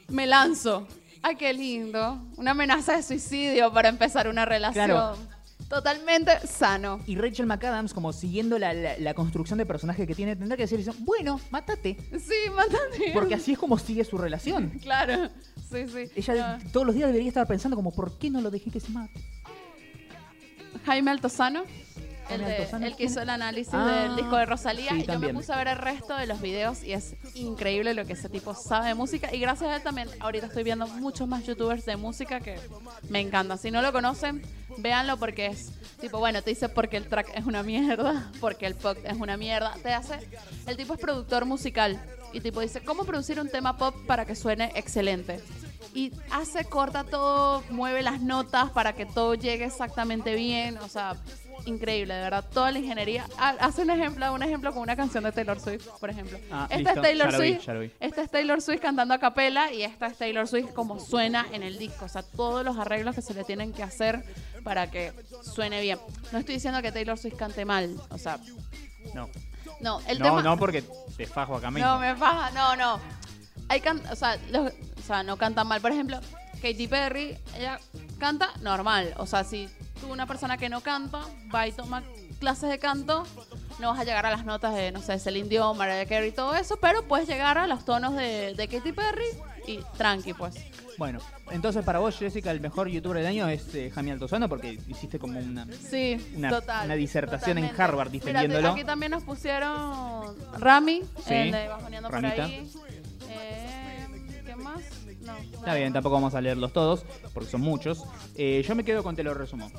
S2: me lanzo. Ay, qué lindo. Una amenaza de suicidio para empezar una relación.
S1: Claro.
S2: Totalmente sano.
S1: Y Rachel McAdams, como siguiendo la, la- la construcción de personaje que tiene, tendrá que decir, bueno, mátate.
S2: Sí, bastante.
S1: Porque así es como sigue su relación.
S2: Claro. Sí, sí.
S1: Ella
S2: No.
S1: todos los días debería estar pensando como, ¿por qué no lo dejé que se mate?
S2: Jaime Altozano. El,
S1: Jaime
S2: de-
S1: Altozano,
S2: el que
S1: ¿quién
S2: hizo el análisis
S1: Ah,
S2: del disco de Rosalía.
S1: sí,
S2: y yo me
S1: también.
S2: puse a ver el resto de los videos y es increíble lo que ese tipo sabe de música. Y gracias a él también, ahorita estoy viendo muchos más youtubers de música que me encantan. Si no lo conocen, véanlo porque es tipo, bueno, te dice porque el track es una mierda, porque el pop es una mierda. Te hace. El tipo es productor musical y tipo dice, ¿cómo producir un tema pop para que suene excelente? y hace, corta todo, mueve las notas para que todo llegue exactamente bien. O sea, increíble, de verdad. Toda la ingeniería. Ah, Hace un ejemplo, un ejemplo con una canción de Taylor Swift, por ejemplo.
S1: Ah,
S2: esta
S1: listo,
S2: es Taylor
S1: ya lo vi,
S2: Swift.
S1: ya lo vi.
S2: Esta es Taylor Swift cantando a capela y esta es Taylor Swift como suena en el disco. O sea, todos los arreglos que se le tienen que hacer para que suene bien. No estoy diciendo que Taylor Swift cante mal. O sea,
S1: No,
S2: no, el
S1: no,
S2: tema.
S1: no, porque te fajo acá mismo.
S2: No, me pasa, no, no. Hay can- o, sea, los- o sea, no cantan mal. Por ejemplo, Katy Perry, ella canta normal. O sea, si tú una persona que no canta va y toma clases de canto, no vas a llegar a las notas de, no sé, Celine Dion, Mariah Carey, todo eso, pero puedes llegar a los tonos de, de Katy Perry y tranqui, pues.
S1: Bueno, entonces para vos, Jessica, el mejor youtuber del año es eh, Jami Altozano porque hiciste como una...
S2: Sí,
S1: Una-
S2: total.
S1: una disertación en
S2: totalmente.
S1: Harvard
S2: Mira,
S1: defendiéndolo.
S2: aquí también nos pusieron Rami,
S1: Sí,
S2: el de Bajoneando por
S1: Ramita.
S2: ahí. Eh, ¿Qué más? No.
S1: Está bien, tampoco vamos a leerlos todos, porque son muchos. Eh, yo me quedo con Te lo resumo.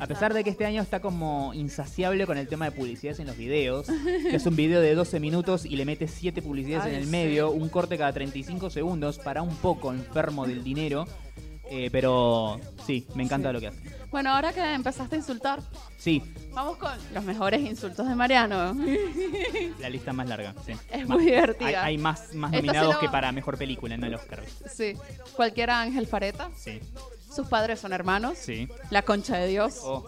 S1: A pesar de que este año está como insaciable con el tema de publicidades en los videos, que es un video de 12 minutos y le mete 7 publicidades
S2: Ay,
S1: en el
S2: sí.
S1: medio, un corte cada 35 segundos para un poco enfermo del dinero. Eh, pero sí, me encanta lo que hace.
S2: Bueno, ahora que empezaste a insultar,
S1: Sí,
S2: vamos con los mejores insultos de Mariano.
S1: la lista más larga. sí.
S2: Es
S1: Ma-
S2: muy
S1: Hay,
S2: divertida.
S1: hay más, más
S2: Esta sí
S1: nominados
S2: lo-
S1: que para mejor película, no el Oscar.
S2: Sí. Cualquiera Ángel Fareta,
S1: Sí,
S2: sus padres son hermanos,
S1: sí.
S2: La Concha de Dios,
S1: Oh,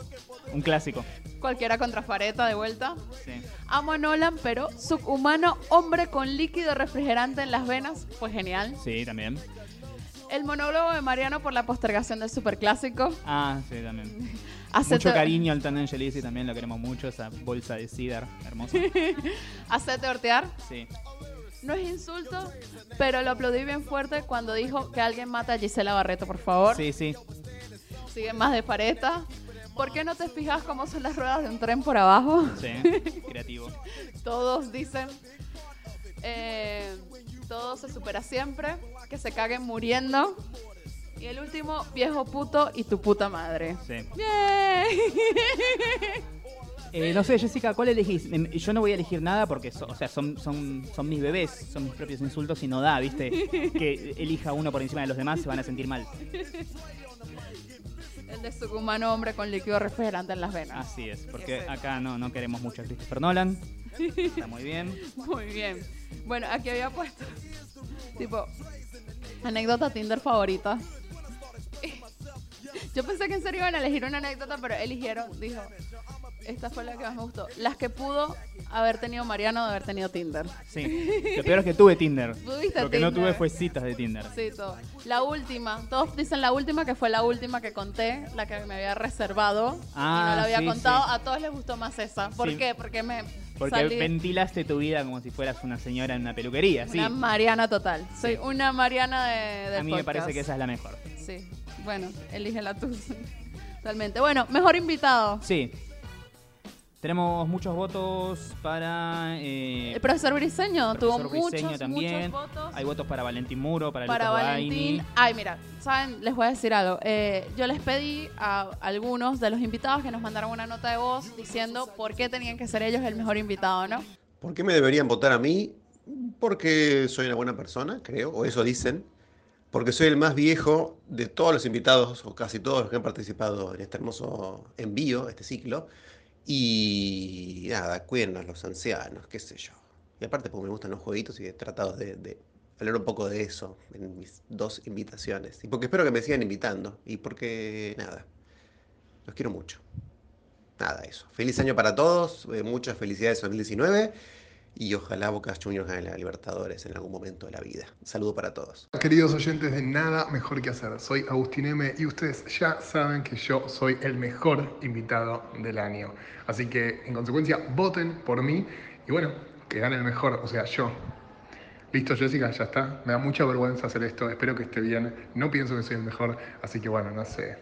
S1: un clásico.
S2: cualquiera contra Fareta de vuelta.
S1: Sí.
S2: Amo a Nolan, pero subhumano hombre con líquido refrigerante en las venas, pues genial.
S1: Sí, también.
S2: El monólogo de Mariano por la postergación del superclásico.
S1: Ah, sí, también.
S2: Hace
S1: Mucho
S2: te-
S1: cariño al Tan Angelisi también, lo queremos mucho, esa bolsa de cider hermosa.
S2: Hacete hortear.
S1: Sí.
S2: No es insulto, pero lo aplaudí bien fuerte cuando dijo que alguien mata a Gisela Barreto, por favor.
S1: Sí, sí.
S2: Siguen más de fareta. ¿Por qué no te fijas cómo son las ruedas de un tren por abajo?
S1: Sí. Creativo.
S2: Todos dicen. eh, todo se supera siempre. Que se caguen muriendo. Y el último, viejo puto y tu puta madre.
S1: Sí.
S2: ¡Yay!
S1: Eh, no sé, Jessica, ¿cuál elegís? Em, Yo no voy a elegir nada porque, so- o sea, son, son, son mis bebés, son mis propios insultos y no da, ¿viste? Que elija uno por encima de los demás se van a sentir mal.
S2: El de su humano hombre con líquido refrigerante en las venas.
S1: Así es, porque
S2: Ese.
S1: acá no, no queremos mucho a Christopher Nolan. Está muy bien.
S2: Muy bien. Bueno, aquí había puesto tipo anécdota Tinder favorita. Yo pensé que en serio iban a elegir una anécdota, pero eligieron, dijo, esta fue la que más me gustó. Las que pudo haber tenido Mariano de haber tenido Tinder.
S1: Sí. Lo peor es que tuve Tinder.
S2: Tuviste
S1: Lo que no
S2: Tinder.
S1: tuve fue citas de Tinder.
S2: Sí, todo. La última, todos dicen la última que fue la última que conté, la que me había reservado y
S1: Ah,
S2: no la había
S1: sí,
S2: contado.
S1: sí.
S2: A todos les gustó más esa. ¿Por
S1: Sí.
S2: qué? Porque me
S1: Porque
S2: salí-
S1: ventilaste tu vida como si fueras una señora en una peluquería, sí.
S2: Una Mariana total. Soy
S1: Sí.
S2: una Mariana de, del
S1: A mí me
S2: podcast.
S1: parece que esa es la mejor.
S2: Sí. Bueno, elige la tú. Totalmente. Bueno, mejor invitado.
S1: Sí. Tenemos muchos votos para. eh,
S2: El profesor Briseño
S1: profesor
S2: tuvo
S1: Briseño
S2: muchos, muchos votos.
S1: Hay votos para Valentín Muro, para,
S2: para
S1: Lucas
S2: Valentín.
S1: Baini.
S2: Ay, mira, saben, les voy a decir algo. Eh, yo les pedí a algunos de los invitados que nos mandaron una nota de voz diciendo por qué tenían que ser ellos el mejor invitado, ¿no?
S3: ¿Por qué me deberían votar a mí? Porque soy una buena persona, creo, o eso dicen. Porque soy el más viejo de todos los invitados, o casi todos los que han participado en este hermoso envío, este ciclo. Y nada, cuídennos los ancianos, qué sé yo. Y aparte porque me gustan los jueguitos y he tratado de, de hablar un poco de eso en mis dos invitaciones. Y porque espero que me sigan invitando. Y porque nada, los quiero mucho. Nada, eso. Feliz año para todos, eh, muchas felicidades 2019 y ojalá Boca Juniors gane la Libertadores en algún momento de la vida. Saludo para todos.
S4: Queridos oyentes de Nada Mejor Que Hacer, soy Agustín M y ustedes ya saben que yo soy el mejor invitado del año. Así que, en consecuencia, voten por mí y bueno, que gane el mejor, o sea, yo. Listo, Jessica, ya está. Me da mucha vergüenza hacer esto, espero que esté bien. No pienso que soy el mejor, así que bueno, no sé.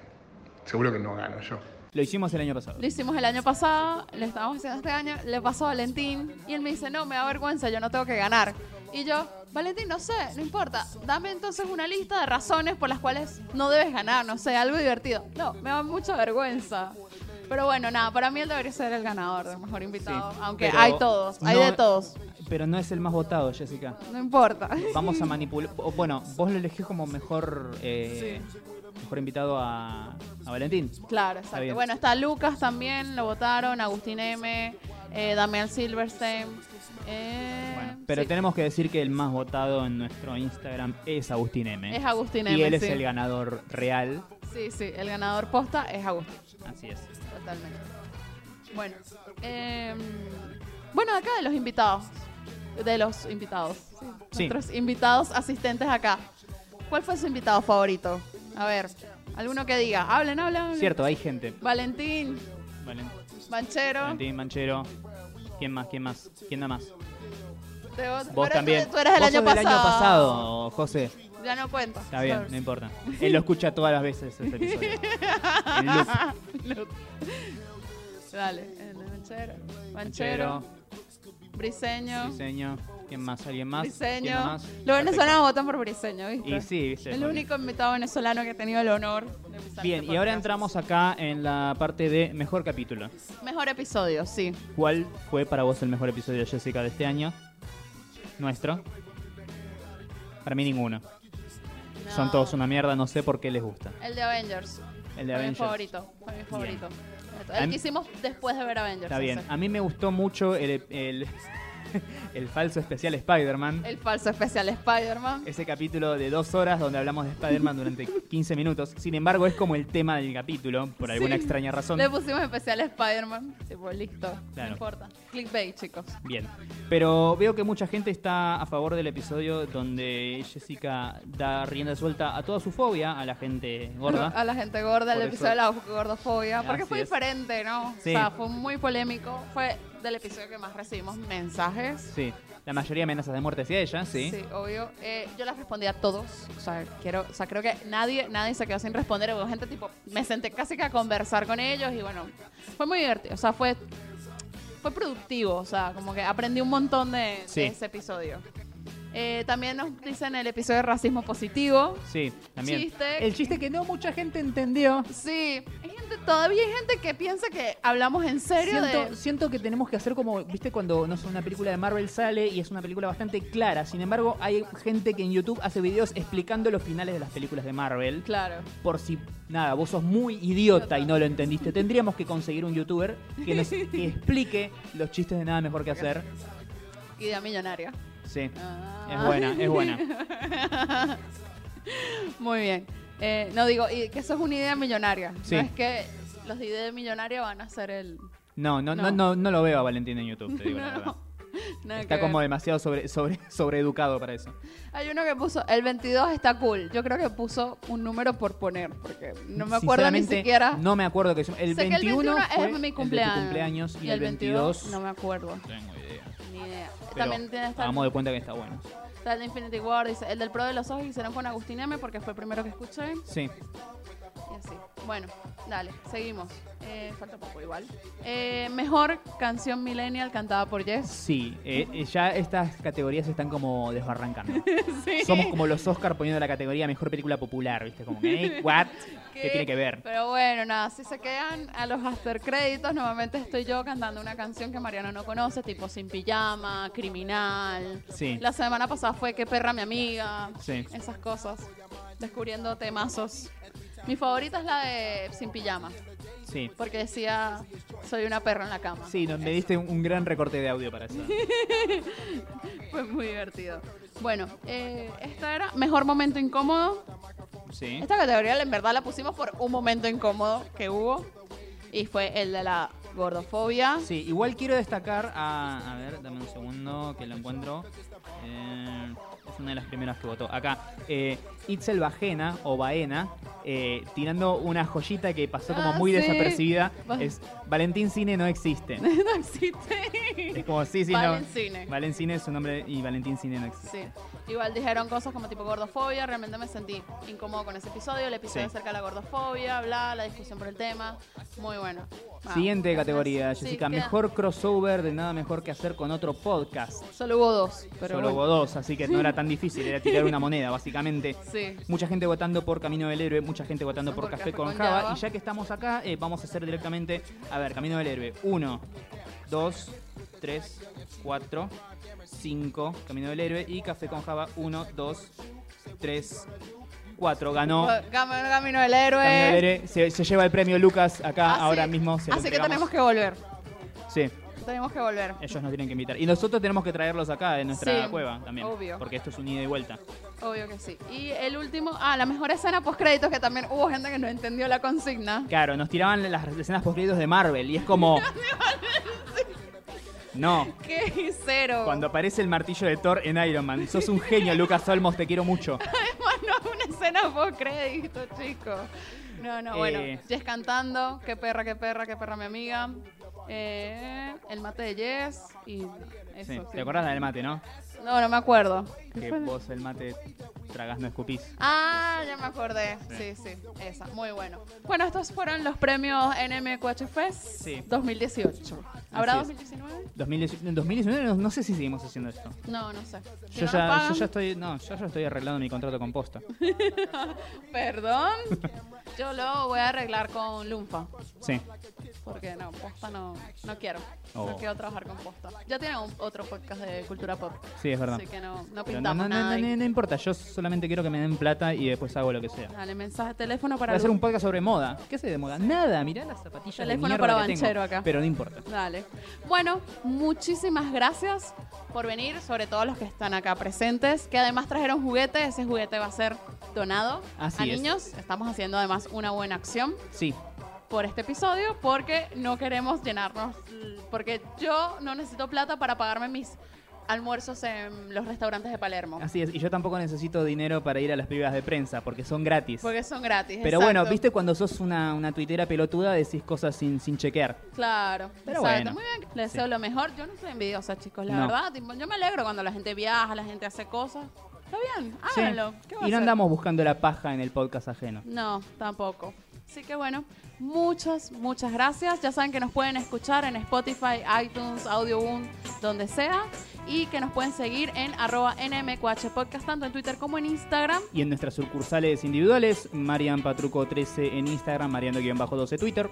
S4: Seguro que no gano yo.
S1: Lo hicimos el año pasado.
S2: Lo hicimos el año pasado, lo estábamos haciendo este año, le pasó a Valentín y él me dice, no, me da vergüenza, yo no tengo que ganar. Y yo, Valentín, no sé, no importa, dame entonces una lista de razones por las cuales no debes ganar, no sé, algo divertido. No, me da mucha vergüenza. Pero bueno, nada, para mí él debería ser el ganador de mejor invitado.
S1: Sí,
S2: aunque
S1: pero
S2: hay todos, hay
S1: no-
S2: de todos.
S1: Pero no es el más votado, Jessica.
S2: No importa.
S1: Vamos a manipular. o, Bueno, vos lo elegís como mejor, eh, mejor invitado a, a Valentín.
S2: Claro,
S1: Está
S2: exacto.
S1: bien.
S2: bueno, está Lucas también, lo votaron, Agustín M, eh, Damián Silverstein. eh,
S1: Bueno, pero
S2: sí,
S1: tenemos que decir que el más votado en nuestro Instagram es Agustín M.
S2: es Agustín M.
S1: y él es
S2: sí.
S1: el ganador real.
S2: Sí, sí, el ganador posta es Agustín,
S1: Así es.
S2: totalmente. Bueno, eh, bueno, acá de los invitados, de los invitados, sí,
S1: Sí.
S2: nuestros invitados asistentes acá. ¿Cuál fue su invitado favorito? A ver, alguno que diga, hablen, hablen. hablen.
S1: Cierto, hay gente.
S2: Valentín,
S1: Valen-
S2: Banchero.
S1: Valentín Manchero. ¿Quién más? ¿Quién más? ¿Quién da más?
S2: Te vos,
S1: Vos
S2: pero
S1: también.
S2: Tú, tú eres del
S1: Vos
S2: año,
S1: sos del
S2: pasado.
S1: año pasado, José.
S2: Ya no cuenta.
S1: Está bien, no importa. Él lo escucha todas las veces este episodio. En loop.
S2: Dale, el manchero. Manchero,
S1: Manchero,
S2: briseño.
S1: diseño. ¿Quién más? ¿Alguien más? ¿Quién
S2: Briseño.
S1: más?
S2: Los
S1: Perfecto.
S2: venezolanos votan por briseño, ¿viste?
S1: Y sí, viste.
S2: El
S1: porque-
S2: único invitado venezolano que he tenido el honor de pisar
S1: Bien,
S2: este
S1: y ahora
S2: podcast.
S1: entramos acá en la parte de mejor capítulo.
S2: Mejor episodio, sí.
S1: ¿Cuál fue para vos el mejor episodio, Jessica, de este año? ¿Nuestro? Para mí ninguno.
S2: No.
S1: Son todos una mierda, no sé por qué les gusta.
S2: El de Avengers.
S1: El de
S2: fue mi
S1: Avengers.
S2: favorito. Fue mi favorito. El
S1: Am-
S2: que hicimos después de ver Avengers.
S1: Está bien.
S2: ese.
S1: A mí me gustó mucho el, el, el falso especial Spider-Man.
S2: El falso especial Spider-Man.
S1: Ese capítulo de dos horas donde hablamos de Spider-Man durante 15 minutos. Sin embargo, es como el tema del capítulo, por alguna
S2: Sí.
S1: extraña razón.
S2: Le pusimos especial Spider-Man. Tipo, listo. No
S1: Claro.
S2: importa. Clickbait, chicos.
S1: Bien. Pero veo que mucha gente está a favor del episodio donde Jessica da rienda suelta a toda su fobia, a la gente gorda.
S2: A la gente gorda, el
S1: Por
S2: episodio de la gordofobia. Porque
S1: Así
S2: fue
S1: es.
S2: diferente, ¿no?
S1: Sí.
S2: O sea, fue muy polémico. Fue del episodio que más recibimos mensajes.
S1: Sí. La mayoría amenazas de muerte hacia ella, sí.
S2: obvio. Eh, yo las respondí a todos. O sea, quiero, o sea, creo que nadie, nadie se quedó sin responder. Hubo gente tipo, me senté casi que a conversar con ellos y bueno, fue muy divertido. O sea, fue, fue productivo. O sea, como que aprendí un montón de, de
S1: Sí.
S2: ese episodio. Eh, también nos dicen el episodio de racismo positivo.
S1: Sí, también.
S2: Chiste.
S1: El chiste que no mucha gente entendió.
S2: Sí, hay gente, todavía hay gente que piensa que hablamos en serio
S1: Siento,
S2: de...
S1: siento que tenemos que hacer como, viste, cuando no sé, una película de Marvel sale y es una película bastante clara. Sin embargo, hay gente que en YouTube hace videos explicando los finales de las películas de Marvel.
S2: Claro.
S1: Por si, nada, vos sos muy idiota y no lo entendiste. Tendríamos que conseguir un youtuber que nos que explique los chistes de nada mejor que hacer.
S2: Idea millonaria.
S1: Sí,
S2: Ah.
S1: es buena, es buena.
S2: Muy bien. Eh, no digo, y que eso es una idea millonaria.
S1: Sí.
S2: No es que los de idea millonaria van a ser el...
S1: No, no, no,
S2: No.
S1: no, no lo veo a Valentín en YouTube, te digo la
S2: No,
S1: verdad.
S2: no. Nada
S1: Está
S2: que
S1: como
S2: ver.
S1: demasiado sobre, sobre, sobreeducado para eso.
S2: Hay uno que puso, el 22 está cool. Yo creo que puso un número por poner, porque no me acuerdo ni
S1: Sinceramente,
S2: siquiera.
S1: No me acuerdo que el,
S2: Sé que
S1: 21 fue
S2: es
S1: el de
S2: mi
S1: tu
S2: cumpleaños.
S1: cumpleaños y, el 22.
S2: No me acuerdo,
S1: tengo idea.
S2: ni idea.
S1: Pero
S2: También tiene esta-
S1: Hagamos de cuenta que está bueno.
S2: Está el de Infinity War, dice, el del Pro de los Ojos hicieron con Agustín M porque fue el primero que escuché
S1: Sí.
S2: y así. Bueno, dale, seguimos. Eh, falta poco igual. Eh, mejor canción millennial cantada por Jess.
S1: Sí, eh, eh, ya estas categorías se están como desbarrancando.
S2: Sí.
S1: Somos como los Oscar poniendo la categoría mejor película popular, ¿viste? Como que, "Eh, what? ¿Qué tiene que ver?
S2: Pero bueno, nada, si se quedan a los after créditos, normalmente estoy yo cantando una canción que Mariano no conoce, tipo Sin Pijama, Criminal.
S1: Sí.
S2: La semana pasada fue Qué perra mi amiga.
S1: Sí.
S2: Esas cosas. Descubriendo temazos. Mi favorita es la de Sin Pijama.
S1: Sí.
S2: Porque decía, soy una perra en la cama.
S1: Sí, no- me diste un, un gran recorte de audio para eso.
S2: Fue muy divertido. Bueno, eh, esta era Mejor Momento Incómodo.
S1: Sí.
S2: Esta categoría en verdad la pusimos por un momento incómodo que hubo. Y fue el de la gordofobia.
S1: Sí, igual quiero destacar a. A ver, dame un segundo que lo encuentro. Eh, es una de las primeras que votó. Acá, eh, Itzel Bajena o Baena, eh, tirando una joyita que pasó como
S2: Ah,
S1: muy
S2: sí.
S1: desapercibida.
S2: Va-
S1: Es Valentín Cine no existe.
S2: no existe.
S1: Es como, sí, sí,
S2: Valen
S1: no.
S2: cine.
S1: Valen Cine es su nombre y Valentín Cine no existe.
S2: Sí. Igual dijeron cosas como tipo gordofobia, realmente me sentí incómodo con ese episodio, el episodio
S1: Sí.
S2: acerca de la gordofobia, bla, la discusión por el tema, muy bueno. Ah,
S1: Siguiente categoría,
S2: Sí,
S1: Jessica.
S2: queda-
S1: Mejor crossover de nada mejor que hacer con otro podcast.
S2: Solo hubo dos. Pero
S1: Solo hubo
S2: bueno.
S1: dos, así que no era tan difícil, era tirar una moneda, básicamente.
S2: Sí.
S1: Mucha gente votando por Camino del Héroe, mucha gente votando por, Café, con, Java.
S2: Java.
S1: Y ya que estamos acá, eh, vamos a hacer directamente, a ver, Camino del Héroe. Uno, dos, tres, cuatro, cinco, Camino del Héroe. Y Café con Java, uno, dos, tres, cuatro. Ganó
S2: Gam- Camino del héroe.
S1: Camino del Héroe. Se, se lleva el premio Lucas acá
S2: Así-
S1: Ah, ahora mismo. Se lo
S2: Así Ah, que tenemos
S1: entregamos.
S2: que volver.
S1: Sí.
S2: Tenemos que volver.
S1: Ellos nos tienen que invitar. Y nosotros tenemos que traerlos acá en nuestra
S2: Sí,
S1: cueva también.
S2: obvio.
S1: Porque esto es un ida y vuelta.
S2: Obvio que sí. Y el último, ah, la mejor escena post créditos que también hubo gente que no entendió la consigna.
S1: Claro, nos tiraban las escenas post de Marvel y es como. No,
S2: ¿Qué? Cero.
S1: cuando aparece el martillo de Thor en Iron Man. Sos un genio, Lucas Olmos, te quiero mucho.
S2: Bueno, una escena post crédito, chico. No, no,
S1: Eh.
S2: bueno. Jess cantando, qué perra, qué perra, qué perra mi amiga. Eh, el mate de Jess y eso.
S1: Sí,
S2: sí.
S1: ¿Te acordás la del mate, no?
S2: No, no me acuerdo. ¿Qué
S1: Que
S2: fue?
S1: vos el mate tragás, no escupís.
S2: Ah, ya me acordé. Sí, sí, esa. Muy bueno. Bueno, estos fueron los premios NMQH Fest
S1: Sí.
S2: 2018. ¿Habrá
S1: Así
S2: 2019?
S1: 2019, en 2019 no, no sé si seguimos haciendo esto.
S2: No, no sé. Si
S1: Yo, ya,
S2: no nos
S1: yo
S2: pagan,
S1: ya estoy, no, yo ya estoy arreglando mi contrato con posta.
S2: Perdón. Yo lo voy a arreglar con Lumpa.
S1: Sí.
S2: Porque no, posta no, no quiero.
S1: Oh.
S2: No quiero trabajar con posta. Ya tienen un- otro podcast de cultura pop.
S1: Sí, es verdad.
S2: Así que no,
S1: Pero no,
S2: no pintamos
S1: no, no,
S2: nada. ahí.
S1: no, no importa, yo solamente quiero que me den plata y después hago lo que sea.
S2: Dale mensaje de teléfono para.
S1: Para hacer
S2: Lu-
S1: un podcast sobre moda. ¿Qué hace de moda? Nada, mirá las zapatillas de
S2: Teléfono
S1: mierda
S2: para
S1: que tengo.
S2: banchero acá.
S1: Pero no importa.
S2: Dale. Bueno, muchísimas gracias por venir, sobre todo los que están acá presentes, que además trajeron juguete. Ese juguete va a ser donado
S1: Así
S2: a
S1: es.
S2: niños. Estamos haciendo además una buena acción
S1: Sí,
S2: por este episodio porque no queremos llenarnos, l- porque yo no necesito plata para pagarme mis almuerzos en los restaurantes de Palermo,
S1: así es. Y yo tampoco necesito dinero para ir a las privadas de prensa, porque son gratis.
S2: porque son gratis.
S1: Pero
S2: exacto.
S1: bueno, viste cuando sos una, una tuitera pelotuda decís cosas sin, sin chequear.
S2: Claro,
S1: Pero bueno.
S2: exacto. Muy bien, les deseo
S1: Sí.
S2: lo mejor. Yo no soy envidiosa, chicos, la
S1: No.
S2: verdad. Tipo, Yo me alegro cuando la gente viaja, la gente hace cosas. Está bien,
S1: Sí.
S2: háganlo. ¿Qué
S1: Y
S2: va a
S1: no
S2: hacer?
S1: andamos buscando la paja en el podcast ajeno.
S2: No, tampoco. Así que bueno, muchas, muchas gracias. Ya saben que nos pueden escuchar en Spotify, iTunes, Audioboom, donde sea. Y que nos pueden seguir en arroba NMQH Podcast, tanto en Twitter como en Instagram.
S1: Y en nuestras sucursales individuales, Marian Patruco 13 en Instagram, Mariano-12 Twitter.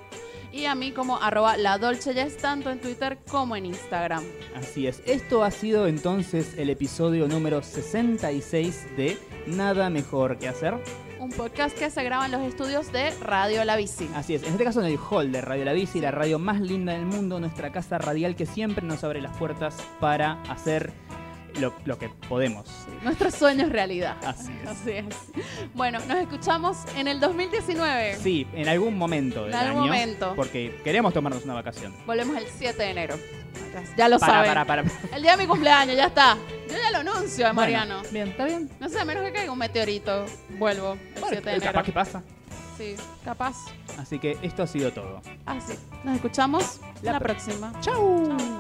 S2: Y a mí como arroba La Dolce Yes, tanto en Twitter como en Instagram.
S1: Así es. Esto ha sido entonces el episodio número 66 de Nada Mejor que Hacer.
S2: Un podcast que se graba en los estudios de Radio La Bici.
S1: Así es, en este caso en el hall de Radio La Bici, la radio más linda del mundo, nuestra casa radial que siempre nos abre las puertas para hacer lo, lo que podemos.
S2: Nuestros sueños realidad.
S1: Así es.
S2: Así es. Bueno, nos escuchamos en el 2019.
S1: Sí, en algún momento del
S2: En algún
S1: año,
S2: momento.
S1: Porque queremos tomarnos una vacación.
S2: Volvemos el 7 de enero. Ya lo
S1: para,
S2: saben.
S1: para, para.
S2: El día de mi cumpleaños, ya está. Yo ya lo anuncio, eh, Mariano.
S1: Bueno, bien, está bien.
S2: No sé, a menos que caiga un meteorito. Vuelvo el
S1: Bueno,
S2: 7 de enero.
S1: capaz que pasa.
S2: Sí, capaz.
S1: Así que esto ha sido todo.
S2: Así. Nos escuchamos
S1: La
S2: la,
S1: pro-
S2: próxima.
S1: ¡Chau!
S2: Chau.